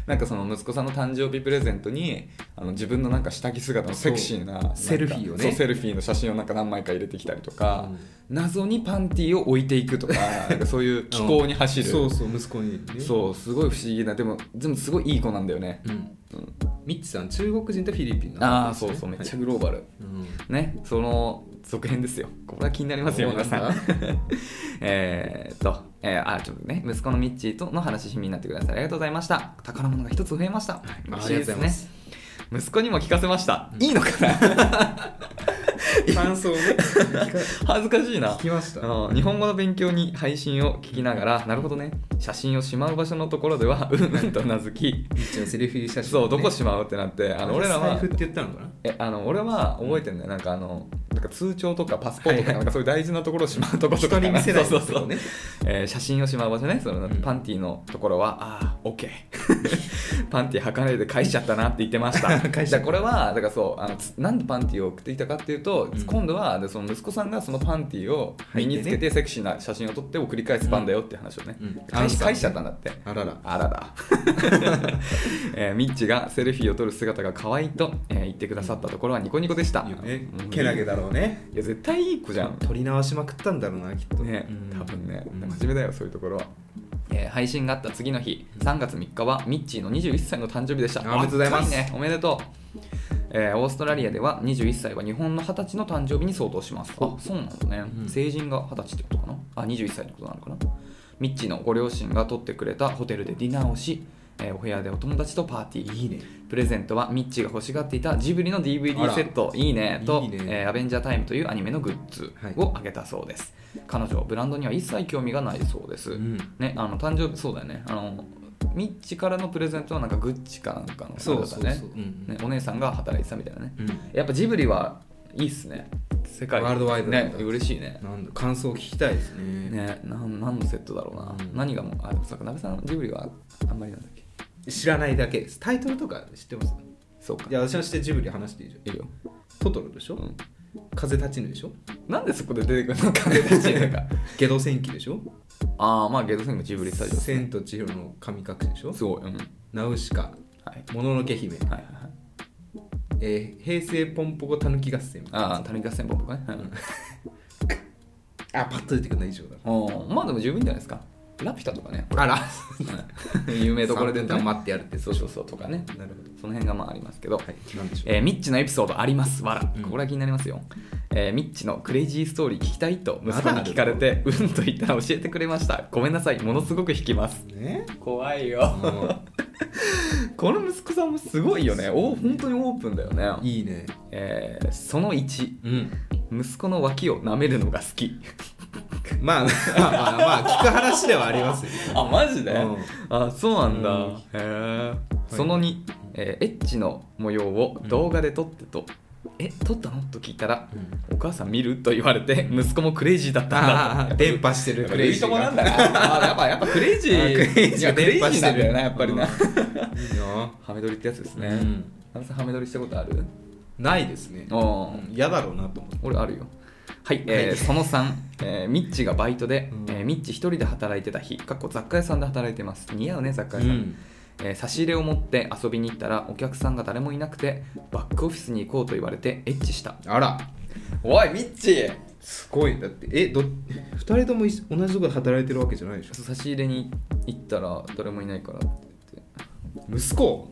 なんかその息子さんの誕生日プレゼントにあの自分のなんか下着姿のセクシーななんかセルフィーをねそうセルフィーの写真をなんか何枚か入れてきたりとか、謎にパンティーを置いていくと かなんかそういう気候に走る、そうそう息子にねそうすごい不思議なでもでもすごいいい子なんだよね、うんうんミッチーさん中国人とフィリピンのああそうそうめっちゃグローバル、うんね、その続編ですよ。これは気になりますよ、そうな皆んさだん。 えーっと、えーあ、ちょっとね、息子のミッチーとの話、親身になってください。ありがとうございました。宝物が一つ増えました。嬉しいですありがとうございまねす。息子にも聞かせました。うんいいのか な感想をね聞か恥ずかしいな 聞。きましたうん日本語の勉強に配信を聞きながら、なるほどね、写真をしまう場所のところでは、うんうんとうなず き、ミッチーのセルフィー写真ねそう、どこしまうってなって、あの俺らは。財布って言ったのかなえあの俺は覚えてるんだよなんかあのなんか通帳とかパスポートとはいはいかなんかそういう大事なところをしまうところとか人に見せないそうそうそうとこねえー写真をしまう場所ねそのうんパンティのところはああ OK パンティ履かないで返しちゃったなって言ってました返しちじゃゃったこれはだからそうあのつなんでパンティを送ってきたかっていうと、うん今度はでその息子さんがそのパンティを身につけ履いててセクシーな写真を撮って送り返す番だよって話をね、うん返し返しちゃったんだってあららあらら、 えーミッチがセルフィーを撮る姿が可愛いと、えー言ってくださったところはニコニコでしたいいよねうんけなげだろうねいや絶対いい子じゃん取り直しまくったんだろうなきっとねうん多分ねうん真面目だよそういうところは、えー配信があった次の日3月3日はミッチーの21歳の誕生日でしたありがとうございます若ねおめでとうえーオーストラリアでは21歳は日本の20歳の誕生日に相当しますあそうなんだね、うん成人が20歳ってことかなあ21歳ってことなのかなミッチーのご両親が取ってくれたホテルでディナーをし、えーお部屋でお友達とパーティーいいねプレゼントはミッチーが欲しがっていたジブリのあ DVD らセットいいねといいねえーアベンジャータイム」というアニメのグッズはいをあげたそうです、彼女ブランドには一切興味がないそうです、うんねあの誕生日そうだよねあのミッチーからのプレゼントはなんかグッチかなんかのそうそうそうあれだったうんうんねねお姉さんが働いてたみたいなねうんやっぱジブリはいいっすね世界ワールドワイドだね嬉しいねなんだ感想を聞きたいですねねなん何のセットだろうな、うん何がもうあでもそうかなべさんジブリはあんまりなんだっけ知らないだけですタイトルとか知ってますそうかいや私はしてジブリ話していいじゃんいいよ、トトロでしょ、うん風立ちぬ でしょなんでそこで出てくるのかねたちがゲド戦記で しょああまあゲート戦がジブリスタジオですね千と千尋の神隠しでしょすごいうんはいナウシカはいもののけ姫、はいはいえー平成ポンポコたぬき合戦ああ谷合戦法僕ね、うん、あパッと出てくるの以上だおーまあでも十分じゃないですかラピュタとかねあら 有名どころで、ね、頑張ってやるってそうそうそうとかねなるほどその辺がまあありますけど、はいなんでしょう、えーミッチのエピソードありますわらうんこれは気になりますよ、えーミッチのクレイジーストーリー聞きたいと息子まだにある聞かれてうんと言ったら教えてくれましたごめんなさいものすごく引きますね怖いよもこの息子さんもすごいよねお本当にオープンだようね、いいねえーその1うん息子の脇を舐めるのが好きまあ まあまあ、まあ、聞く話ではありますよ あマジで、うんあそうなんだ、うんへえその2、えーエッチの模様を動画で撮ってと、え撮ったのと聞いたら、お母さん見ると言われて息子もクレイジーだったんだあとあ電波してるクレイジーがなんだなあやっぱやっぱクレイジあークレイジーがクレイ電ジ波ーなんしてだるよなやっぱりな、いいなハメ撮りってやつですね、うんあのさんハメ撮りしたことあるないですねおーうん嫌だろうなと思って俺あるよはい、えーその3、えーミッチがバイトで、うんえーミッチ一人で働いてた日かっこ雑貨屋さんで働いてます似合うね雑貨屋さん、えー差し入れを持って遊びに行ったらお客さんが誰もいなくてバックオフィスに行こうと言われてエッチしたあらおいミッチすごいだってえど2人ともい同じとこで働いてるわけじゃないでしょ差し入れに行ったら誰もいないからって言って、息子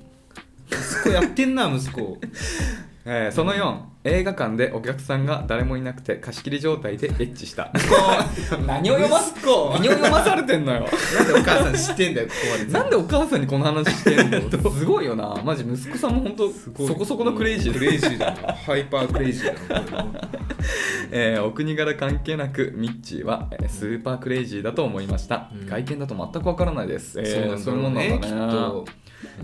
息子やってんな息子えーその4映画館でお客さんが誰もいなくて貸し切り状態でエッチ した何を読ま息子何を読まされてんのよなんでお母さん知ってんだよここまでなんでお母さんにこの話してん のすごいよなマジ息子さんも本当すごいそこそこのクレイジークでレイジーだなハイパークレイジー だなこれえーお国柄関係なくミッチーは、えースーパークレイジーだと思いました、うん外見だと全く分からないです、えーそうなんだろうねそうきいっうもんなんだねと、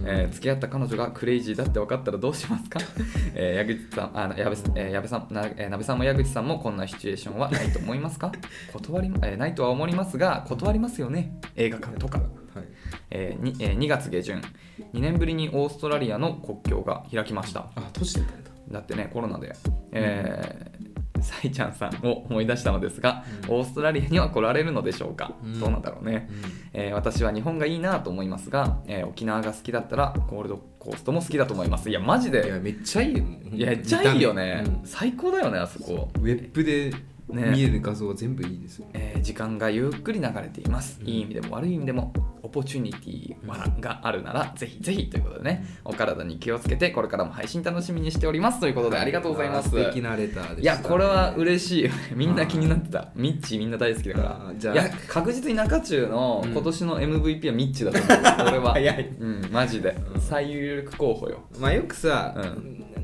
えー付き合った彼女がクレイジーだって分かったらどうしますか、 えー矢口さんあの矢部さんえー矢部さんな、えー、鍋さんも矢口さんもこんなシチュエーションはないと思いますか 断り、えーないとは思いますが断りますよね映画館とか、はいえーにえー2月下旬2年ぶりにオーストラリアの国境が開きましたあ閉じてたんだだってねコロナで、えーサイちゃんさんを思い出したのですが、うんオーストラリアには来られるのでしょうか、うんどうなんだろうね、えー私は日本がいいなと思いますが、えー沖縄が好きだったらゴールドコーストも好きだと思いますいやマジいやでめっちゃいいよいやめっちゃいいよね、うん最高だよねあそこウェブでね見える画像は全部いいですよえー時間がゆっくり流れています、うんいい意味でも悪い意味でもオポチュニティはがあるならぜひぜひということでねお体に気をつけてこれからも配信楽しみにしておりますということでありがとうございます素敵なレターでしたいやこれは嬉しい みんな気になってたミッチーみんな大好きだあかーじゃらあいや確実に中中のうん今年の MVP はミッチーだと思う俺は 早いうん、マジでうん最有力候補よまあよくさ、う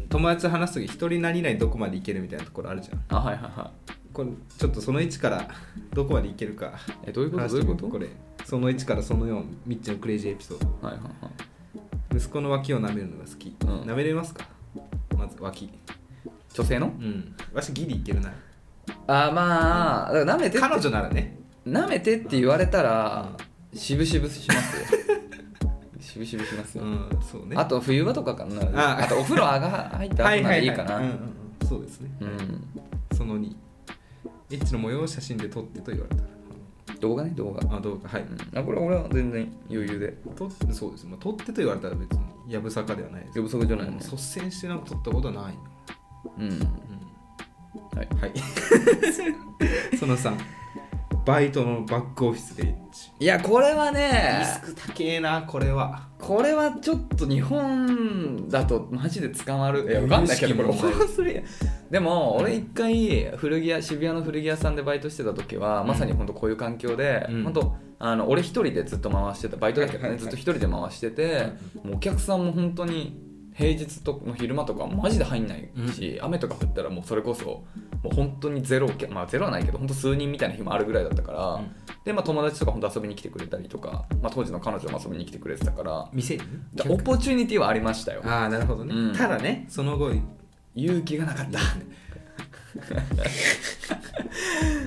友達と話す時一人何々どこまでいけるみたいなところあるじゃんあはいはいはいこれちょっとその1からどこまでいけるかえどういうこと話どうしいてうこみよとうこれその1からその4みっちのクレイジーエピソーはいはいはいド息子の脇を舐めるのが好き、ん舐めれますかまず脇女性のうんわしギリいけるなあまあだから舐めてって彼女ならね舐めてって言われたら渋々しますよ 渋々しますうよ、んそうねあと冬場とかかなああとお風呂上が入ったは後いなはらいいいかなはいうんうんうんそうですね、うんその2エッチの模様を写真で撮ってと言われ動画ね動画たあどうかはい、うんあこれ俺は全然余裕で撮ってそうです、まあ、撮ってと言われたら別にやぶさかではないです予測じゃないのもう率先してなんか撮ったことはないの、うんはいはい その3バイトのバックオフィスでエッチいやこれはねリスク高えなこれはこれはちょっと日本だとマジで捕まるいやわかんないけどこれ無意識問題オーストラリアでも俺一回古着屋渋谷の古着屋さんでバイトしてた時は、うんまさに本当こういう環境で、うん本当あの俺一人でずっと回してたバイトだけどね、はいはいはいずっと一人で回してて、もうお客さんも本当に平日との昼間とかはマジで入んないし、雨とか降ったらもうそれこそもう本当にゼロお客まあゼロはないけど本当数人みたいな日もあるぐらいだったから、うんでまあ友達とか本当遊びに来てくれたりとか、まあ、当時の彼女も遊びに来てくれてたから店にだオポチュニティはありましたよああなるほどね、うんただねその後い勇気がなかった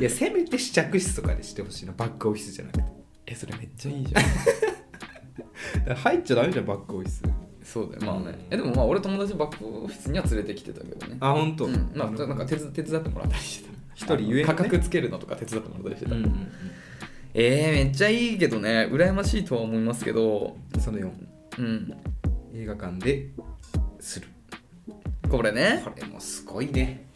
やせめて試着室とかでしてほしいなバックオフィスじゃなくてえそれめっちゃいいじゃんだから入っちゃダメじゃんバックオフィスそうだよまあねうんえでもまあ俺友達バックオフィスには連れてきてたけどねあ本当、うん、まあなんか手伝手伝ってもらったりしてた一人ゆえのねあの価格つけるのとか手伝ってもらったりしてうんた、うんうんえー、めっちゃいいけどね羨ましいとは思いますけどその4うん映画館でするこれねこれもすごいね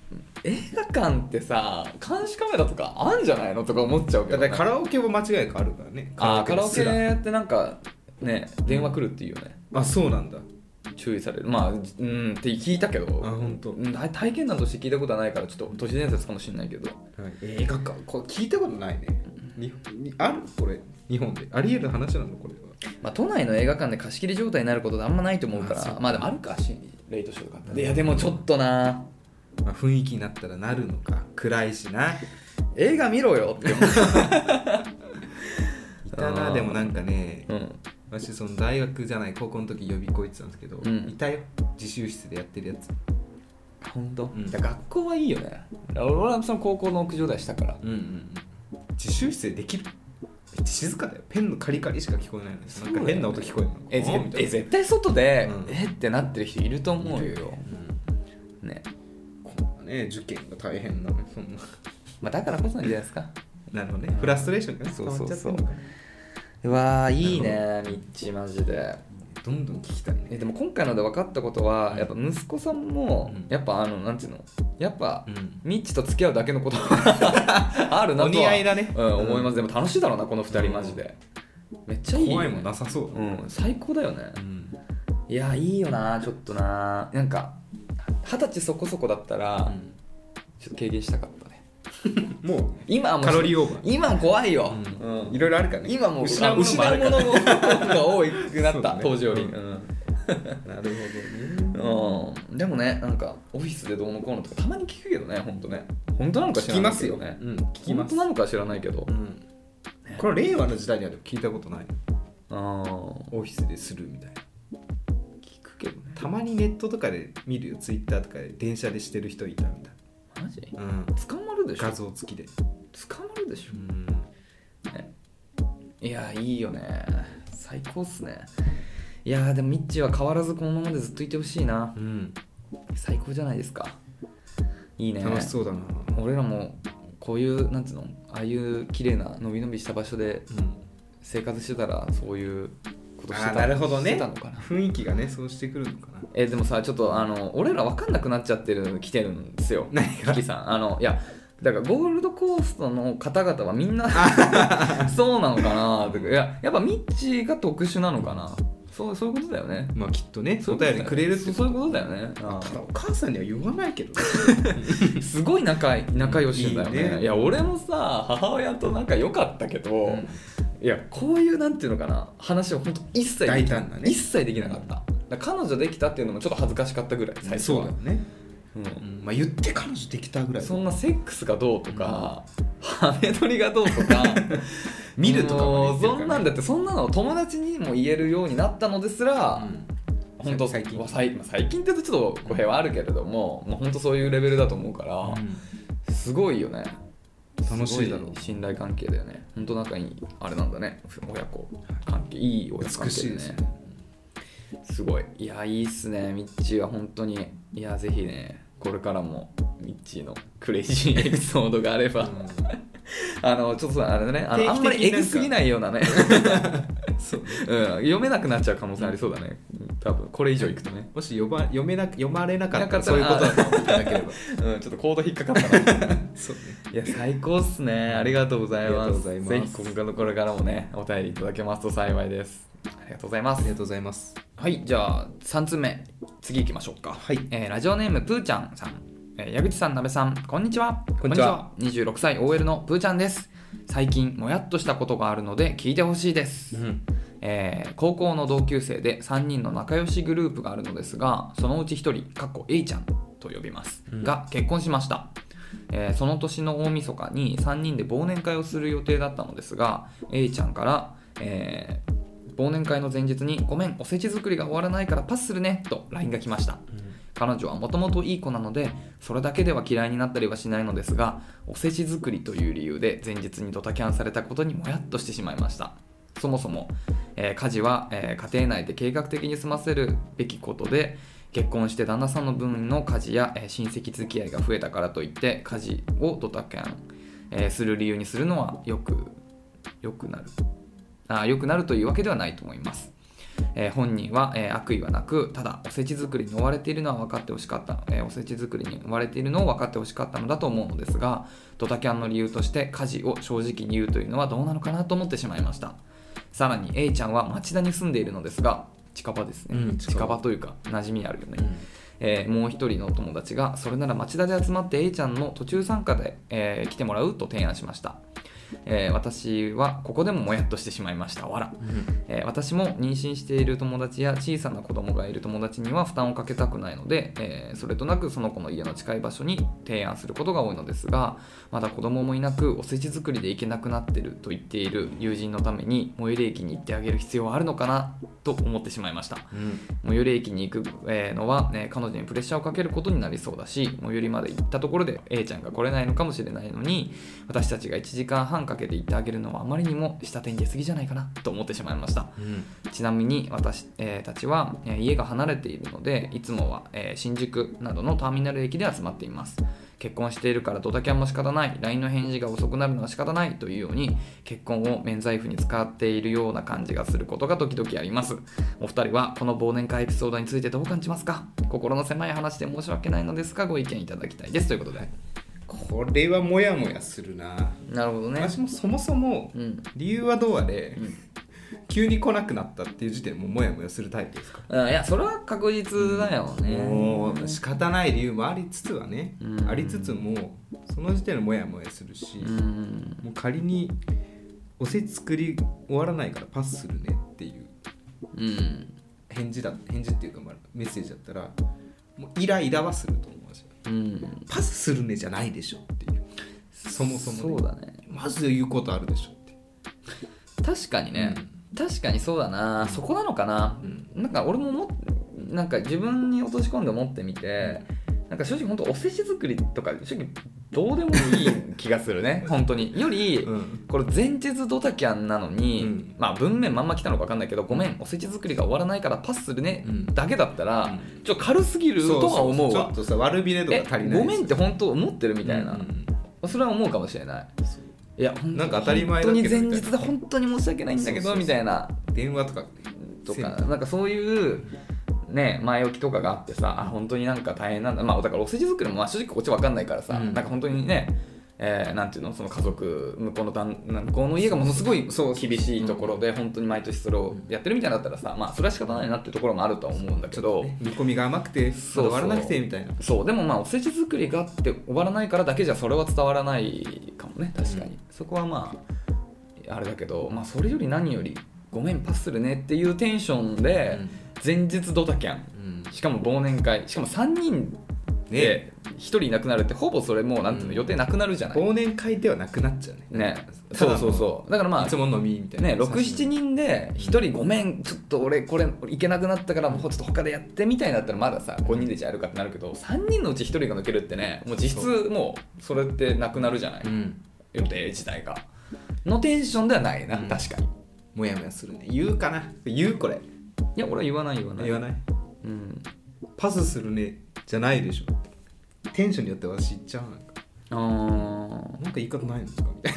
映画館ってさ監視カメラとかあんじゃないのとか思っちゃうけだど、かね、らカラオケも間違いがあるからねあーカラオケすらってなんかね電話来るっていうよね、あそうなんだ注意されるまあうんって聞いたけどあ本当うん体体験談として聞いたことはないからちょっと都市伝説かもしれないけど映画館これ聞いたことないねににあるこれ日本でありえる話なのこれはまあ、都内の映画館で貸し切り状態になることってあんまないと思うからあそうまあでもあるか新レイトショーとかあったらいやでもちょっとなまあ、雰囲気になったらなるのか暗いしな映画見ろよって思う、いたなあーでもなんかねうん、私その大学じゃない高校の時予備校行ってたんですけど、うんいたよ自習室でやってるやつ本当、んいや学校はいいよね俺はその高校の屋上でしたからうんうんうん自習室でできるめっちゃ静かだよペンのカリカリしか聞こえないのになんか変な音聞こえるのえおーぜみたいえな絶対外で、うんえってなってる人いると思ういるよ、ねうんこんなね受験が大変なのにそんなまあ、だからこそなんじゃないですかなるほどねフラストレーションがねそうそうそう溜まっちゃってんのかうわーいいねミッチーマジでどんどん聞きたいえねでも今回ので分かったことは、うんやっぱ息子さんも、うんやっぱあのなんていうのやっぱ、うんミッチと付き合うだけのことあるなとは お似合いだねうん、思いますうでも楽しいだろうなこの2人マジで、めっちゃいい、ん怖いもなさそううん最高だよね、うんいやいいよなちょっとななんか二十歳そこそこだったら、ちょっと軽減したかったねも今はうもうカロリーオーバー今は怖いよ、うんうんいろいろあるからね今もう失失ううももののもあるからも が多くなっそうた、だね当時より、うんなるほどねうん、でもねなんかオフィスでどうのこうのとかたまに聞くけどね本当ね本当なのか知聞らきなまいすけどよねうん聞きま本当すなのかは知らないけど、うんこれ令和の時代にはでも聞いたことないあーオフィスでするみたいな聞くけどねたまにネットとかで見るよツイッターとかで電車でしてる人いたみたいマジな、うん、捕まるでしょ画像付きで、捕まるでしょん、いやいいよね最高っすねいやーでもミッチーは変わらずこのままでずっといてほしいなうん、最高じゃないですかいいね楽しそうだな、俺らもこういうなんつうのああいう綺麗なのびのびした場所で生活してたらそういうことしてあーたなるほどねしてたのかな雰囲気がねそうしてくるのかなえーでもさちょっとあの俺ら分かんなくなっちゃってる来てるんですよ 何キキさんあのいやだからゴールドコーストの方々はみん なそうなのかなとかいややっぱミッチーが特殊なのかなそうそういうことだよねまあきっとねそおういうことだ便よねりくれるってそうそういうことだよねあただお母さんには言わないけどねーすごい仲い仲良しだよねいいねいや俺もさ母親と仲良かったけど、いやこういうなんていうのかな話を本当一切で大き胆なね一切できなかっただから彼女できたっていうのもちょっと恥ずかしかったぐらい最初そうはだよね、うんうんまあ、言って彼女できたぐらいだそんなセックスがどうとか、ハメ撮りがどうと か見るとかもねもうそんなんだってそんなの友達にも言えるようになったのですら、うん本当最近わ最まあ最近って言うとちょっと語弊はあるけれども、もう本当そういうレベルだと思うから、すごいよね楽しいだろうすご信頼関係だよね本当仲いいあれなんだね親子関係いい親子関美し係いでだすねねすごいいやいいっすねミッチーは本当にいやぜひねこれからもミッチーのクレイジーエピソードがあれば、あのちょっとあれだねあの定期的にあんまりエなんグかすぎないようなね そううん、読めなくなっちゃう可能性ありそうだね多分これ以上いくとね、もし呼ば読めな読まれなかったらなかったそういうことらだと思っていただければうん、ちょっとコード 引っかかったな そうねいや最高っすねありがとうございあまりがとすうございますぜひ今後のこれからもねお便りいただけますと幸いですありがとうございまありすがとうございますはいじゃあ3つ目次行きましょうかはいえーラジオネームぷーちゃんさん、えー矢口さん、なべさん、こんにちは。こんにちはこんにちは。26歳 OL のぷーちゃんです。最近、もやっとしたことがあるので、聞いてほしいです、んえー高校の同級生で3人の仲良しグループがあるのですが、そのうち1人、かっこ A ちゃんと呼びます、うんが結婚しました。えーその年の大晦日に3人で忘年会をする予定だったのですが A ちゃんから、えー忘年会の前日に「ごめんおせち作りが終わらないからパスするね」と LINE が来ました彼女はもともといい子なのでそれだけでは嫌いになったりはしないのですがおせち作りという理由で前日にドタキャンされたことにもやっとしてしまいましたそもそも、えー家事は、えー家庭内で計画的に済ませるべきことで結婚して旦那さんの分の家事や、えー親戚付き合いが増えたからといって家事をドタキャン、えーする理由にするのはよくよくなるあー良くなるというわけではないと思いますえー本人は、えー悪意はなくただおせち作りに追われているのは分かってほしかった、えーおせち作りに追われているのを分かってほしかったのだと思うのですがドタキャンの理由として家事を正直に言うというのはどうなのかなと思ってしまいましたさらに A ちゃんは町田に住んでいるのですが近場ですね、うん近近場場というか馴染みあるよね、えーもう一人のお友達がそれなら町田で集まって A ちゃんの途中参加で、えー来てもらうと提案しました、えー私はここでももやっとしてしまいましたわらえー私も妊娠している友達や小さな子供がいる友達には負担をかけたくないので、えーそれとなくその子の家の近い場所に提案することが多いのですがまだ子供もいなくおせち作りで行けなくなってると言っている友人のために最寄り駅に行ってあげる必要はあるのかなと思ってしまいました最寄り駅に行くえーのは、えー彼女にプレッシャーをかけることになりそうだし最寄りまで行ったところで A ちゃんが来れないのかもしれないのに私たちが1時間半かけて行ってあげるのはあまりにも下手に出過ぎじゃないかなと思ってしまいましたちなみに私、えーたちは、えー家が離れているのでいつもは、えー新宿などのターミナル駅で集まっています結婚しているからドタキャンも仕方ない LINE の返事が遅くなるのは仕方ないというように結婚を免罪符に使っているような感じがすることが時々ありますお二人はこの忘年会エピソードについてどう感じますか心の狭い話で申し訳ないのですがご意見いただきたいですということでこれはモヤモヤするななるほどね私もそもそもうん理由はどうあれうん急に来なくなったっていう時点でもうモヤモヤするタイプですかあいやそれは確実だよね、もう仕方ない理由もありつつはね、うんありつつもその時点でモヤモヤするし、うんもう仮におせち作り終わらないからパスするねっていううん返事だ返事っていうかまあメッセージだったらもうイライラはすると思うしうんパスするねじゃないでしょっていうそもそも、そね、うだねまず言うことあるでしょっていう確かにね、確かにそうだなそこなのかなうんなんか俺ももっなんか自分に落とし込んで思ってみてなんか正直本当おせち作りとか正直どうでもいい気がする ね本当により、うんこれ前日ドタキャンなのに、うんまあ文面まんま来たのか分かんないけどごめんおせち作りが終わらないからパスするね、うんだけだったら、うんちょっと軽すぎるそうとは思うわそうそうちょっとさ悪びれとかえ足りないごめんって本当思ってるみみたいな、それは思うかもしれないいやほんなんか当たり前だけど本当に前日で本当に申し訳ないんだけそうそうどそうみたいな電話とかとかなんかそういうね前置きとかがあってさあ本当になんか大変なんだまあだからお世辞作りもまあ正直こっちわかんないからさ、うんなんか本当にねえーなんていうのその家族向こうの旦向こうの家がものすごいそう厳しいところで本当に毎年それをやってるみたいだったらさまあそれは仕方ないなっていうところもあるとは思うんだけど、見込みが甘くてそうそう終わらなくてみたいなそうでもまあおせち作りがあって終わらないからだけじゃそれは伝わらないかもね確かに、うんそこはまああれだけど、まあ、それより何より「ごめんパスするね」っていうテンションでうん前日ドタキャンうんしかも忘年会しかも3人で1人いなくなるってほぼそれもうなんていうのうん予定なくなるじゃない、忘年会ではなくなっちゃうねねそうそうそうだからまあいつものみみたいなね、67人でうん1人ごめんちょっと俺これ行けなくなったからもうちょっと他でやってみたいなったらまださ5人でじゃあやるかってなるけど3人のうち1人が抜けるってねもう実そ質もうそれってなくなるじゃない、うん予定自体がのテンションではないな、うん確かにいもやもやするね言うかな言うこれや俺は言わない言わない言わないうん、パスするねじゃないでしょテンションによって私言っちゃうなんかあなんか言い方ないんですかみたい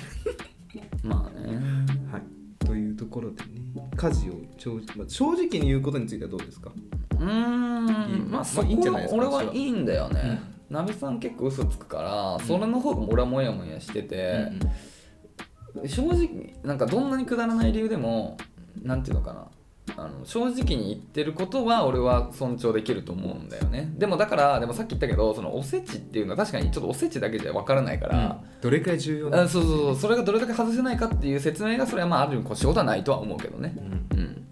ーまあねな はいというところでね家事を正直,、まあ、正直に言うことについてはどうですかうーいいんまあそこいいんじゃなはいですか俺はいいんだよね、なべさん結構嘘つくから、それの方が俺はモヤモヤしてて、うん正直なんかどんなにくだらない理由でもなんていうのかなあの正直に言ってることは俺は尊重できると思うんだよねでもだからでもさっき言ったけどそのおせちっていうのは確かにちょっとおせちだけじゃ分からないから、うんどれくらい重要なあのそうそうそうそれがどれだけ外せないかっていう説明がそれはまあある意味こう仕事はないとは思うけどねうんうん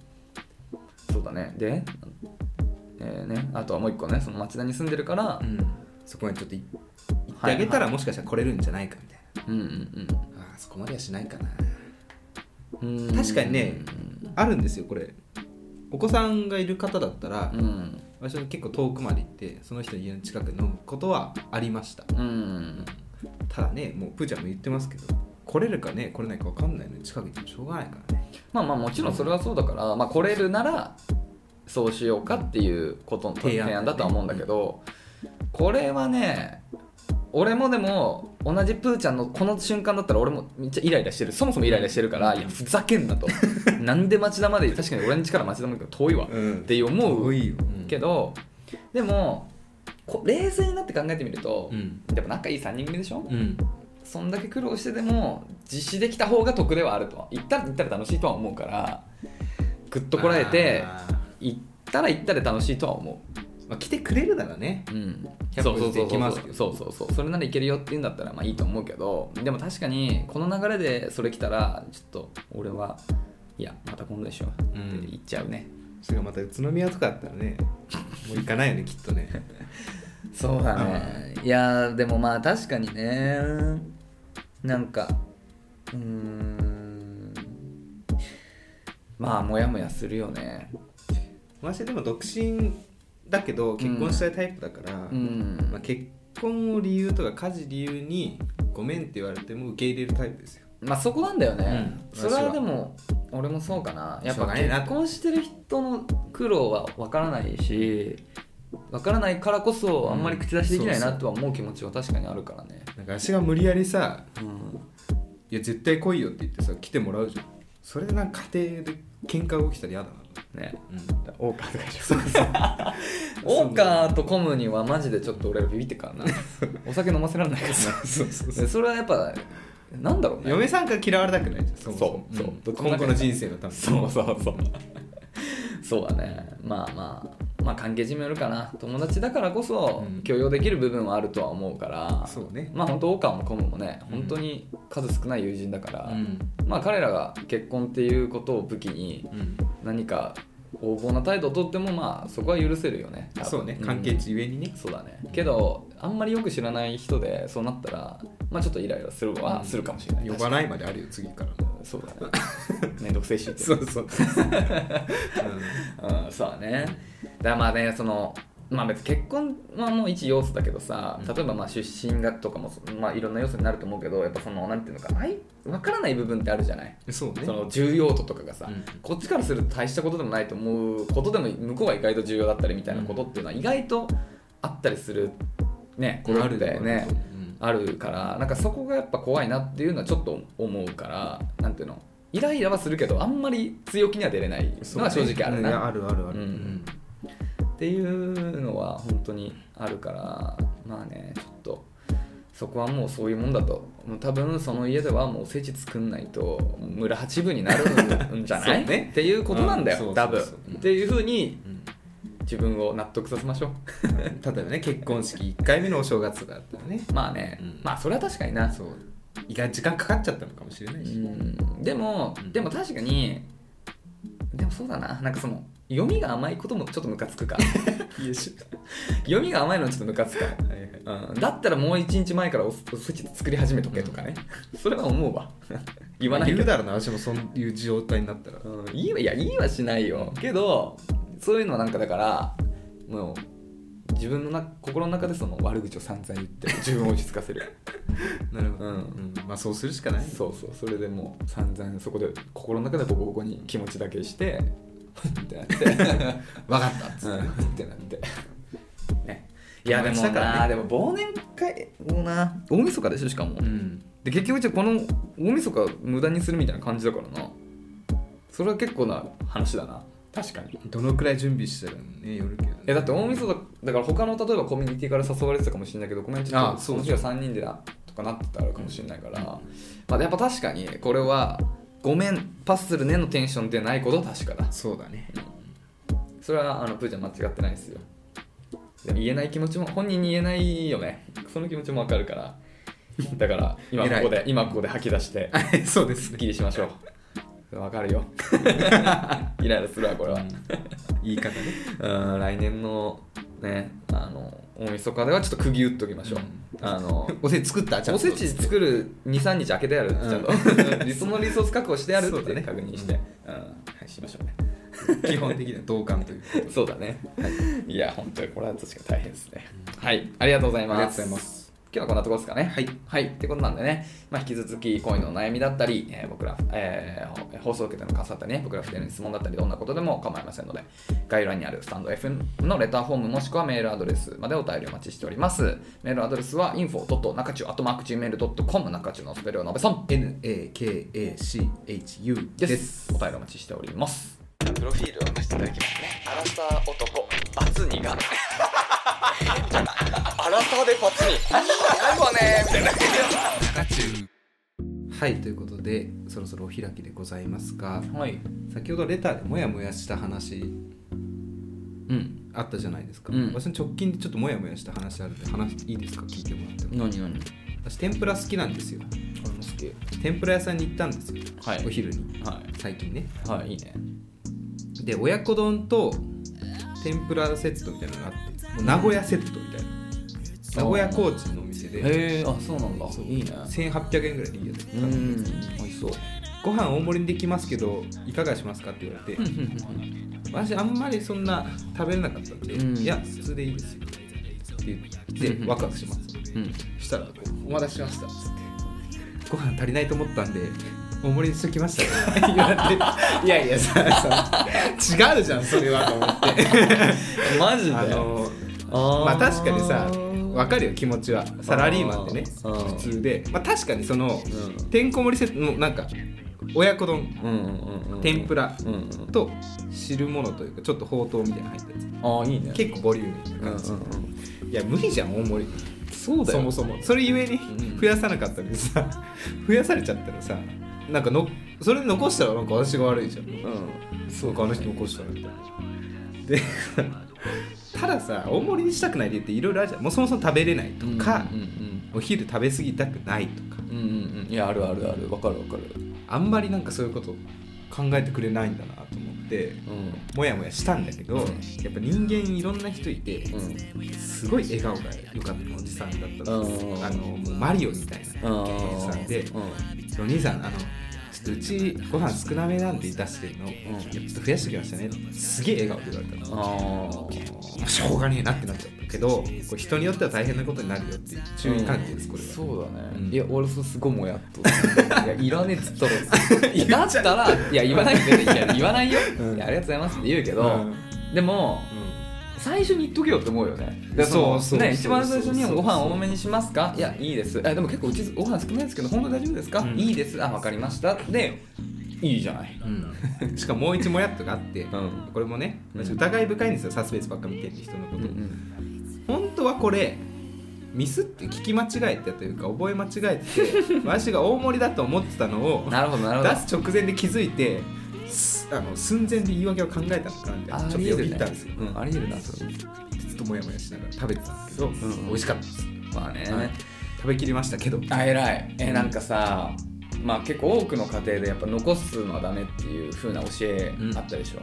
そうだねでえーね、あとはもう一個ねその町田に住んでるからうんそこまでちょっとい言ってあげたはいはらもしかしたら来れるんじゃないかみたいうんうんなあーそこまではしないかなうんうん確かにねあるんですよこれお子さんがいる方だったら、うん私は結構遠くまで行ってその人の家の近くに飲むことはありましたうんただねもうプーちゃんも言ってますけど来れるかね来れないか分かんないのに近くに行ってもしょうがないからねまあまあもちろんそれはそうだから、まあ、来れるならそうしようかっていうことの提提案案だとは思うんだけど、これはね俺もでも同じプーちゃんのこの瞬間だったら俺もめっちゃイライラしてるそもそもイライラしてるからいやふざけんな となんで町田まで確かに俺の家から町田まで遠いわっうんて思ういよ、けどでもこ冷静になって考えてみるとう、んでも仲いい3人組でしょ、うんそんだけ苦労してでも実施できた方が得ではあると行ったら行ったら楽しいとは思うからぐっとこらえてあー行ったら行ったら楽しいとは思まあ、来てくれるならねう、うん、 100そうそうそう行きますけどそうそうそうそれならいけるよって言うんだったらまあいいと思うけどでも確かにこの流れでそれ来たらちょっと俺はいやまた今度でしょってうん言っちゃうね、それがまた宇都宮とかだったらねもう行かないよねきっとね そうだねいやーでもまあ確かにねなんかうーんまあモヤモヤするよね私でも独身だけど結婚したいタイプだから、うんまあ、結婚を理由とか家事理由にごめんって言われても受け入れるタイプですよまあそこなんだよね、うんそれはでも俺もそうかなやっしょうぱがねえな結婚してる人の苦労はわからないし分からないからこそあんまり口出しできないなとは思う気持ちは確かにあるからね、なんか足が無理やりさうん、 「いや絶対来いよ」って言ってさ来てもらうじゃんそれなんか家庭で喧嘩起きたら嫌だなねオーカーとかでし オーカーとコムにはマジでちょっと俺らビビってっからなお酒飲ませられないからなそうそうそうでそれはやっぱなんだろうね嫁さんから嫌われたくないじゃんそもそもそうそううんどっちも今後の人生のためにそうそう そうそうだねまあまあまあ関係人もよるかな友達だからこそうん許容できる部分はあるとは思うから、そうねまあ本当オーカーもコムもねうん本当に数少ない友人だから、うんまあ彼らが結婚っていうことを武器にうん何か横暴な態度をとってもまあそこは許せるよね多分そうねん関係値ゆえにねそうだねけどあんまりよく知らない人でそうなったらまあちょっとイライラするはするかもしれない呼ばないまであるよ次からそうだね 面倒くせえしってそうそううん、そうだねだからまあねそのまあ別に結婚はもう一要素だけどさうん例えばまあ出身がとかも、まあ、いろんな要素になると思うけどやっぱそのなんていうのかあい分からない部分ってあるじゃないうん そうねその重要度とかがさ、うんこっちからすると大したことでもないと思うことでも向こうは意外と重要だったりみたいなことっていうのは意外とあったりするねことってよねうんあるからなんかそこがやっぱ怖いなっていうのはちょっと思うからなんていうのイライラはするけどあんまり強気には出れないのは正直あるいなやあるあるあるううんんっていうのは本当にあるからまあねちょっとそこはもうそういうもんだともう多分その家ではもうおせち作んないと村八分になるんじゃない、 そうねっていうことなんだよ、うん多分そうそうそううんっていうふうにうん自分を納得させましょう 例えばね結婚式1回目のお正月とかだったらねまあね、うんまあそれは確かになそう意外に時間かかっちゃったのかもしれなういし、んでもうんでも確かにでもそうだななんかその読みが甘いこともちょっとムカつ くかよいし読みが甘いのはちょっとムカつくかょはいはういんだったらもう一日前からおおせち作り始めとけとかね、それは思うわ 言わないけ言うど、だろうな私もそういう状態になったらうん、言いはいや言いはしないよけどそういうのなんかだからもう自分のな心の中でその悪口を散々言って自分を落ち着かせる なるほうんまあそうするしかないそうそうそれでもう散々そこで心の中でボコボコに気持ちだけして ふんってなって分かったっつうって、ん、ってなって。 ね。いやでも友達だからな、でも忘年会もな大晦日でしょしかも、んで結局じゃあこの大晦日無駄にするみたいな感じだからなそれは結構な話だな確かにいどのくらい準備してるのねよるけど、ね、やだって大晦日だから他の例えばコミュニティから誘われてたかもしれないけどごめんちょっあとそそうの日は3人でなとかなってたらかもしれないから、まあ、やっぱ確かにこれは「ごめんパスするね」のテンションでないことは確かだそうだねそれはあのプーちゃん間違ってないですよでも言えない気持ちも本人に言えないよねその気持ちもわかるからだから今ここで今ここで吐き出して そうですすっきりしましょうわか るよイライラするわこれは言い方ねうん来年のねあの大晦日ではちょっと釘打っときましょう、うんあのおせち作ったちゃんおとせち作る23日開けてやるちゃんと、 そのリソース確保してやるっそうだてね確認して、うんはい、しましょうね基本的には同感という そうだね。い、や、本当にこれは確かに大変ですね。はい、ありがとうございます。ありがとうございます今日はこんなところですかね。はい。はい、ってことなんでね、まあ、引き続き恋のお悩みだったり、えー僕ら、えーほ放送を受けての方だったりね、僕ら2人の質問だったり、どんなことでも構いませんので、概要欄にあるスタンド FM のレターフォームもしくはメールアドレスまでお便りお待ちしております。メールアドレスは info.nakachu.gmail.com 中中のスペルを述べそん NAKACHU で。ですすお便りお待ちしております。プロフィールを出していただきますね。アラサー男、バツニ が。アラサーでバツニ。ないわねみたいな。はいということでそろそろお開きでございますがはい。先ほどレターでモヤモヤした話うん。あったじゃないですか、うん私の直近でちょっとモヤモヤした話あるんで話いいですか聞いてもらっても何何私天ぷら好きなんですよ俺も好天ぷら屋さんに行ったんですよ、はいお昼にき。は最近ねい。はい、いいね。で親子丼と天ぷらセットみたいなのがあってもう名古屋セットみたいな名古屋高知のお店でへえ、あ、そうなんだ。いいね。 1800円ぐらいでいいやつう買ったんんですよ。美味しそう。ご飯大盛りにできますけどいかがしますかって言われて私あんまりそんな食べれなかったんで、うんいや普通でいいですよって言ってワクワクしますうん。したらこう「お待たせしました」っつって「ご飯足りないと思ったんで大盛りにしときました」 って言われて「いやいやささ違うじゃんそれは」と思ってマジで。あのあーまあ確かにさわかるよ気持ちはサラリーマンってねあー普通でまあ確かにそのうてんこ盛りセットのなんか親子丼んうんうんうんうん天ぷらうんうんと汁物というかちょっとほうとうみたいなの入ったやああいいねつ結構ボリューミうーんうなん感じ、うんいや無理じゃん大盛りそうだよそもそもそれゆえにうん増やさなかったのにさ 増やされちゃったらさなんかのそれ残したらなんか私が悪いじゃんうんそうかあの人残したなみたいなで たださ大盛りにしたくない理由っていろいろあるじゃんもうそもそも食べれないとか、うんうんお昼食べ過ぎたくないとかうんうんうんうんいやあるあるあるわかるわかるあんまりなんかそういうこと考えてくれないんだなと思ってうんもやもやしたんだけどやっぱ人間いろんな人いてうんすごい笑顔が良かったおじさんだったのうんあのもうマリオみたいなあおじさんーでうお兄さんあのちょっとうちご飯少なめなんで出してるの、いやちょっと増やしてきましたねすげえ笑顔で言われたのんあまあしょうがねえなってなっちゃったけどこれ人によっては大変なことになるよっていう注意喚起です、これはそうだね、うんいや俺それすごいもやっとするいやいらねえっつったら言っちだゃうったらいや言わないで、いや言わないよ、うんいやありがとうございますって言うけうど、んでも最初に言っとけよって思うよねだからのそうそうねそう一番最初にそうご飯多めにしますかいやいいですあでも結構うちご飯少ないですけど本当大丈夫ですか、うんいいですあわかりましたでいいじゃないうんしかももう一もやっとがあって、んこれもねうん私疑い深いんですよサスペンスばっか見てる人のこうと、んうん本当はこれミスって聞き間違えたというか覚え間違えてて私が大盛りだと思ってたのを なるほどなるほど出す直前で気づいてすあの寸前で言い訳を考えたのかなみたいなちょっとよぎったんですよ、うん、ありえるなそれずっとモヤモヤしながら食べてたんですけど、ん美味しかったですまあね、はい食べきりましたけどあ偉いえなんかさまあ結構多くの家庭でやっぱ残すのはダメっていう風な教えあったでしょ、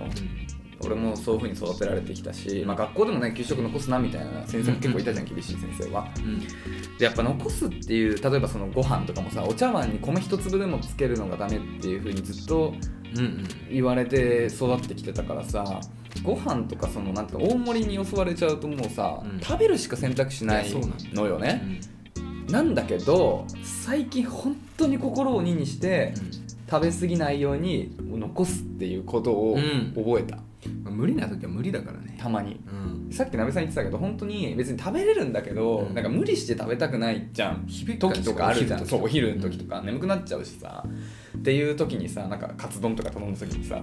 俺もそういう風に育てられてきたし、まあ、学校でもね給食残すなみたいな先生も結構いたじゃん厳しい先生はでやっぱ残すっていう例えばそのご飯とかもさお茶碗に米一粒でもつけるのがダメっていう風にずっと言われて育ってきてたからさご飯とかそのなんていうの大盛りに襲われちゃうともうさ、うん食べるしか選択肢ないいやそうなんだのよね、なんだけど最近本当に心を鬼にして食べ過ぎないように残すっていうことをうん覚えた、まあ無理な時は無理だからねたまにうんさっきなべさん言ってたけど本当に別に食べれるんだけど、うんなんか無理して食べたくないじゃん響く感時じとかあるじゃんそうお昼の時とかか、眠くなっちゃうしさっていう時にさなんかカツ丼とか頼む時にさ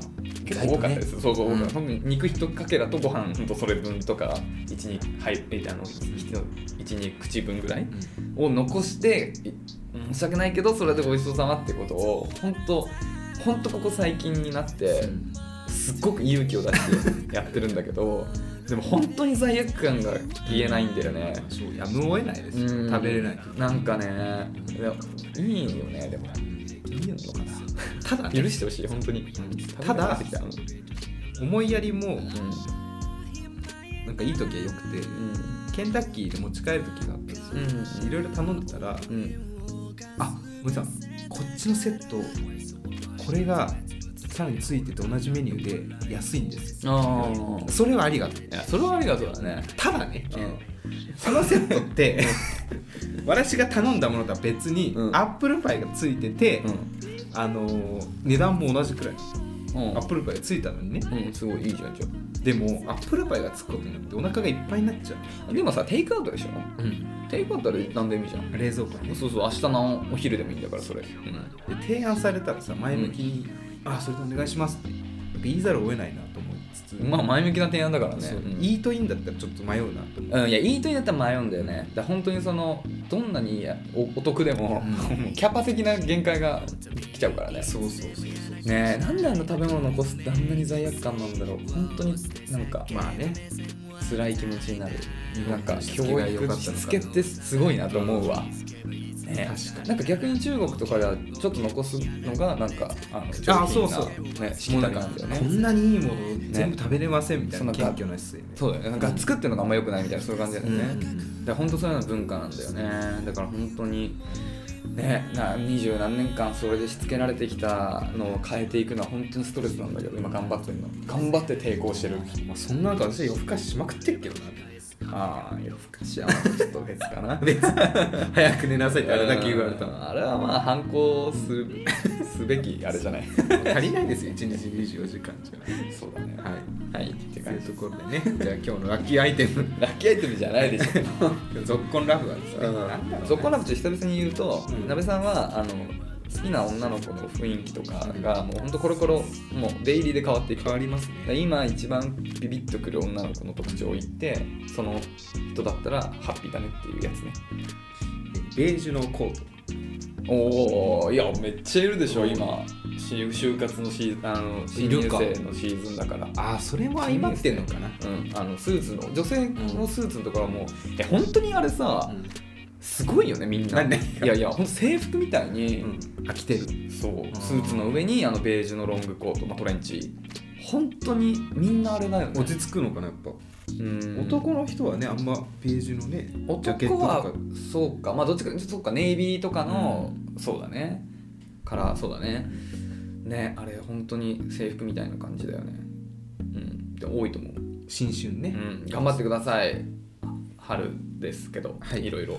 結構多かったです、そうそう多かった、う本当に肉一かけらとご飯ほんとそれ分とか12はいえあの12口分ぐらいうんを残してい申し訳ないけどそれでごちそうさまってことを本当本当ここ最近になってうんすっごく勇気を出 してやってるんだけどでも本当に罪悪感が消えないんだよねそうやむを得ないですようん食べれないなんかねでもいいよねでもいいのかただなね許してほしい本当にただ食べたくなってき思いやりもたうんなんかいい時はよくてケンタッキーで持ち帰る時があったんですようんいろいろ頼んだらうんうんあ森さんこっちのセットこれがさらについてて同じメニューで安いんですああそれはありがとういやそれはありがとうだねただねうんそのセットって 私が頼んだものとは別に、うんアップルパイがついてて、あのー値段も同じくらいうんアップルパイがついたのにねうんすごいいいじゃんじゃあでもアップルパイがつくことによってお腹がいっぱいになっちゃでもさテイクアウトでしょう、テイクアウトで何でもいいじゃん冷蔵庫にねそうそう明日のお昼でもいいんだからそれ、うんで提案されたらさ前向きに「あそれでお願いします」って言いざるを得ないなと思いつつ、まあ前向きな提案だからねそううんイートインだったらちょっと迷うなと思う、うん、いやいいとになったら迷うんだよねだから本当にそのどんなにおお得でも、うんもう キャパ的な限界が来ちゃうからねそうそうそうそうねえなんであの食べ物残すってあんなに罪悪感なんだろう本当になんかまあね辛い気持ちになる日なん本かのしつ教けが良かったのか育なしつけってすごいなと思うわ、ね確かになんか逆に中国とかではちょっと残すのがなんかあの上あそうそう品なねしきたりなんだよねこんなにいいもの全部食べれませんみたいなねそん謙な虚な姿勢ねそうだよねなんか作ってるのがあんま良くないみたいなそういう感じだよね、うんだから本当そういうの文化なんだよねだから本当にねな二十何年間それでしつけられてきたのを変えていくのは本当にストレスなんだけど今頑張ってるの頑張って抵抗してるまあ、そんな中私夜更かししまくってっけどなああ夜更かしはまたちょっと別か な別に 早く 寝なさいってあれだけ言われたうんらあれはまあ反抗する すべきあれじゃない 足りないですよ1日24時間じゃないそうだねはいはいってとい感うじところでねじゃあ今日のラッキーアイテム ラッキーアイテムじゃないで しょ今日ぞっこんラフはですねなんだろうねそこなぶち久々に言うと、うんなべさんはあの好きな女の子の雰囲気とかがもうほんとコロコロもう出入りで変わっていく変わりますね今一番ビビッとくる女の子の特徴を言ってその人だったらハッピーだねっていうやつねベージュのコートおおいやめっちゃいるでしょ今し就活のシーズンあの新入いるか生のシーズンだからああそれも相まってんのかなうん、あのスーツの女性のスーツのところはもう、え本当にあれさ、すごいよねみんななんでいやいやほんと制服みたいに、飽きてるそうースーツの上にあのベージュのロングコート、まあ、トレンチ本当にみんなあれだよね落ち着くのかなやっぱうん男の人はねあんまベージュのねジャケット男とかはそうかまあどっちかそうかネイビーとかの、そうだねからそうだねねあれ本当に制服みたいな感じだよねうんで多いと思う、新春うねん、頑張ってください春ですけど、はい、いろいろい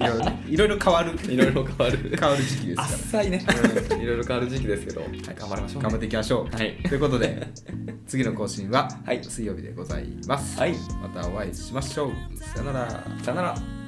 ろいろいろいろ変わるいろいろ変わる変わる時期ですから浅いねいろいろ変わる時期ですけど、頑張りましょう、ね、頑張っていきま しょうはいということで次の更新ははい水曜日でございますはいまたお会いしましょうさよならさよなら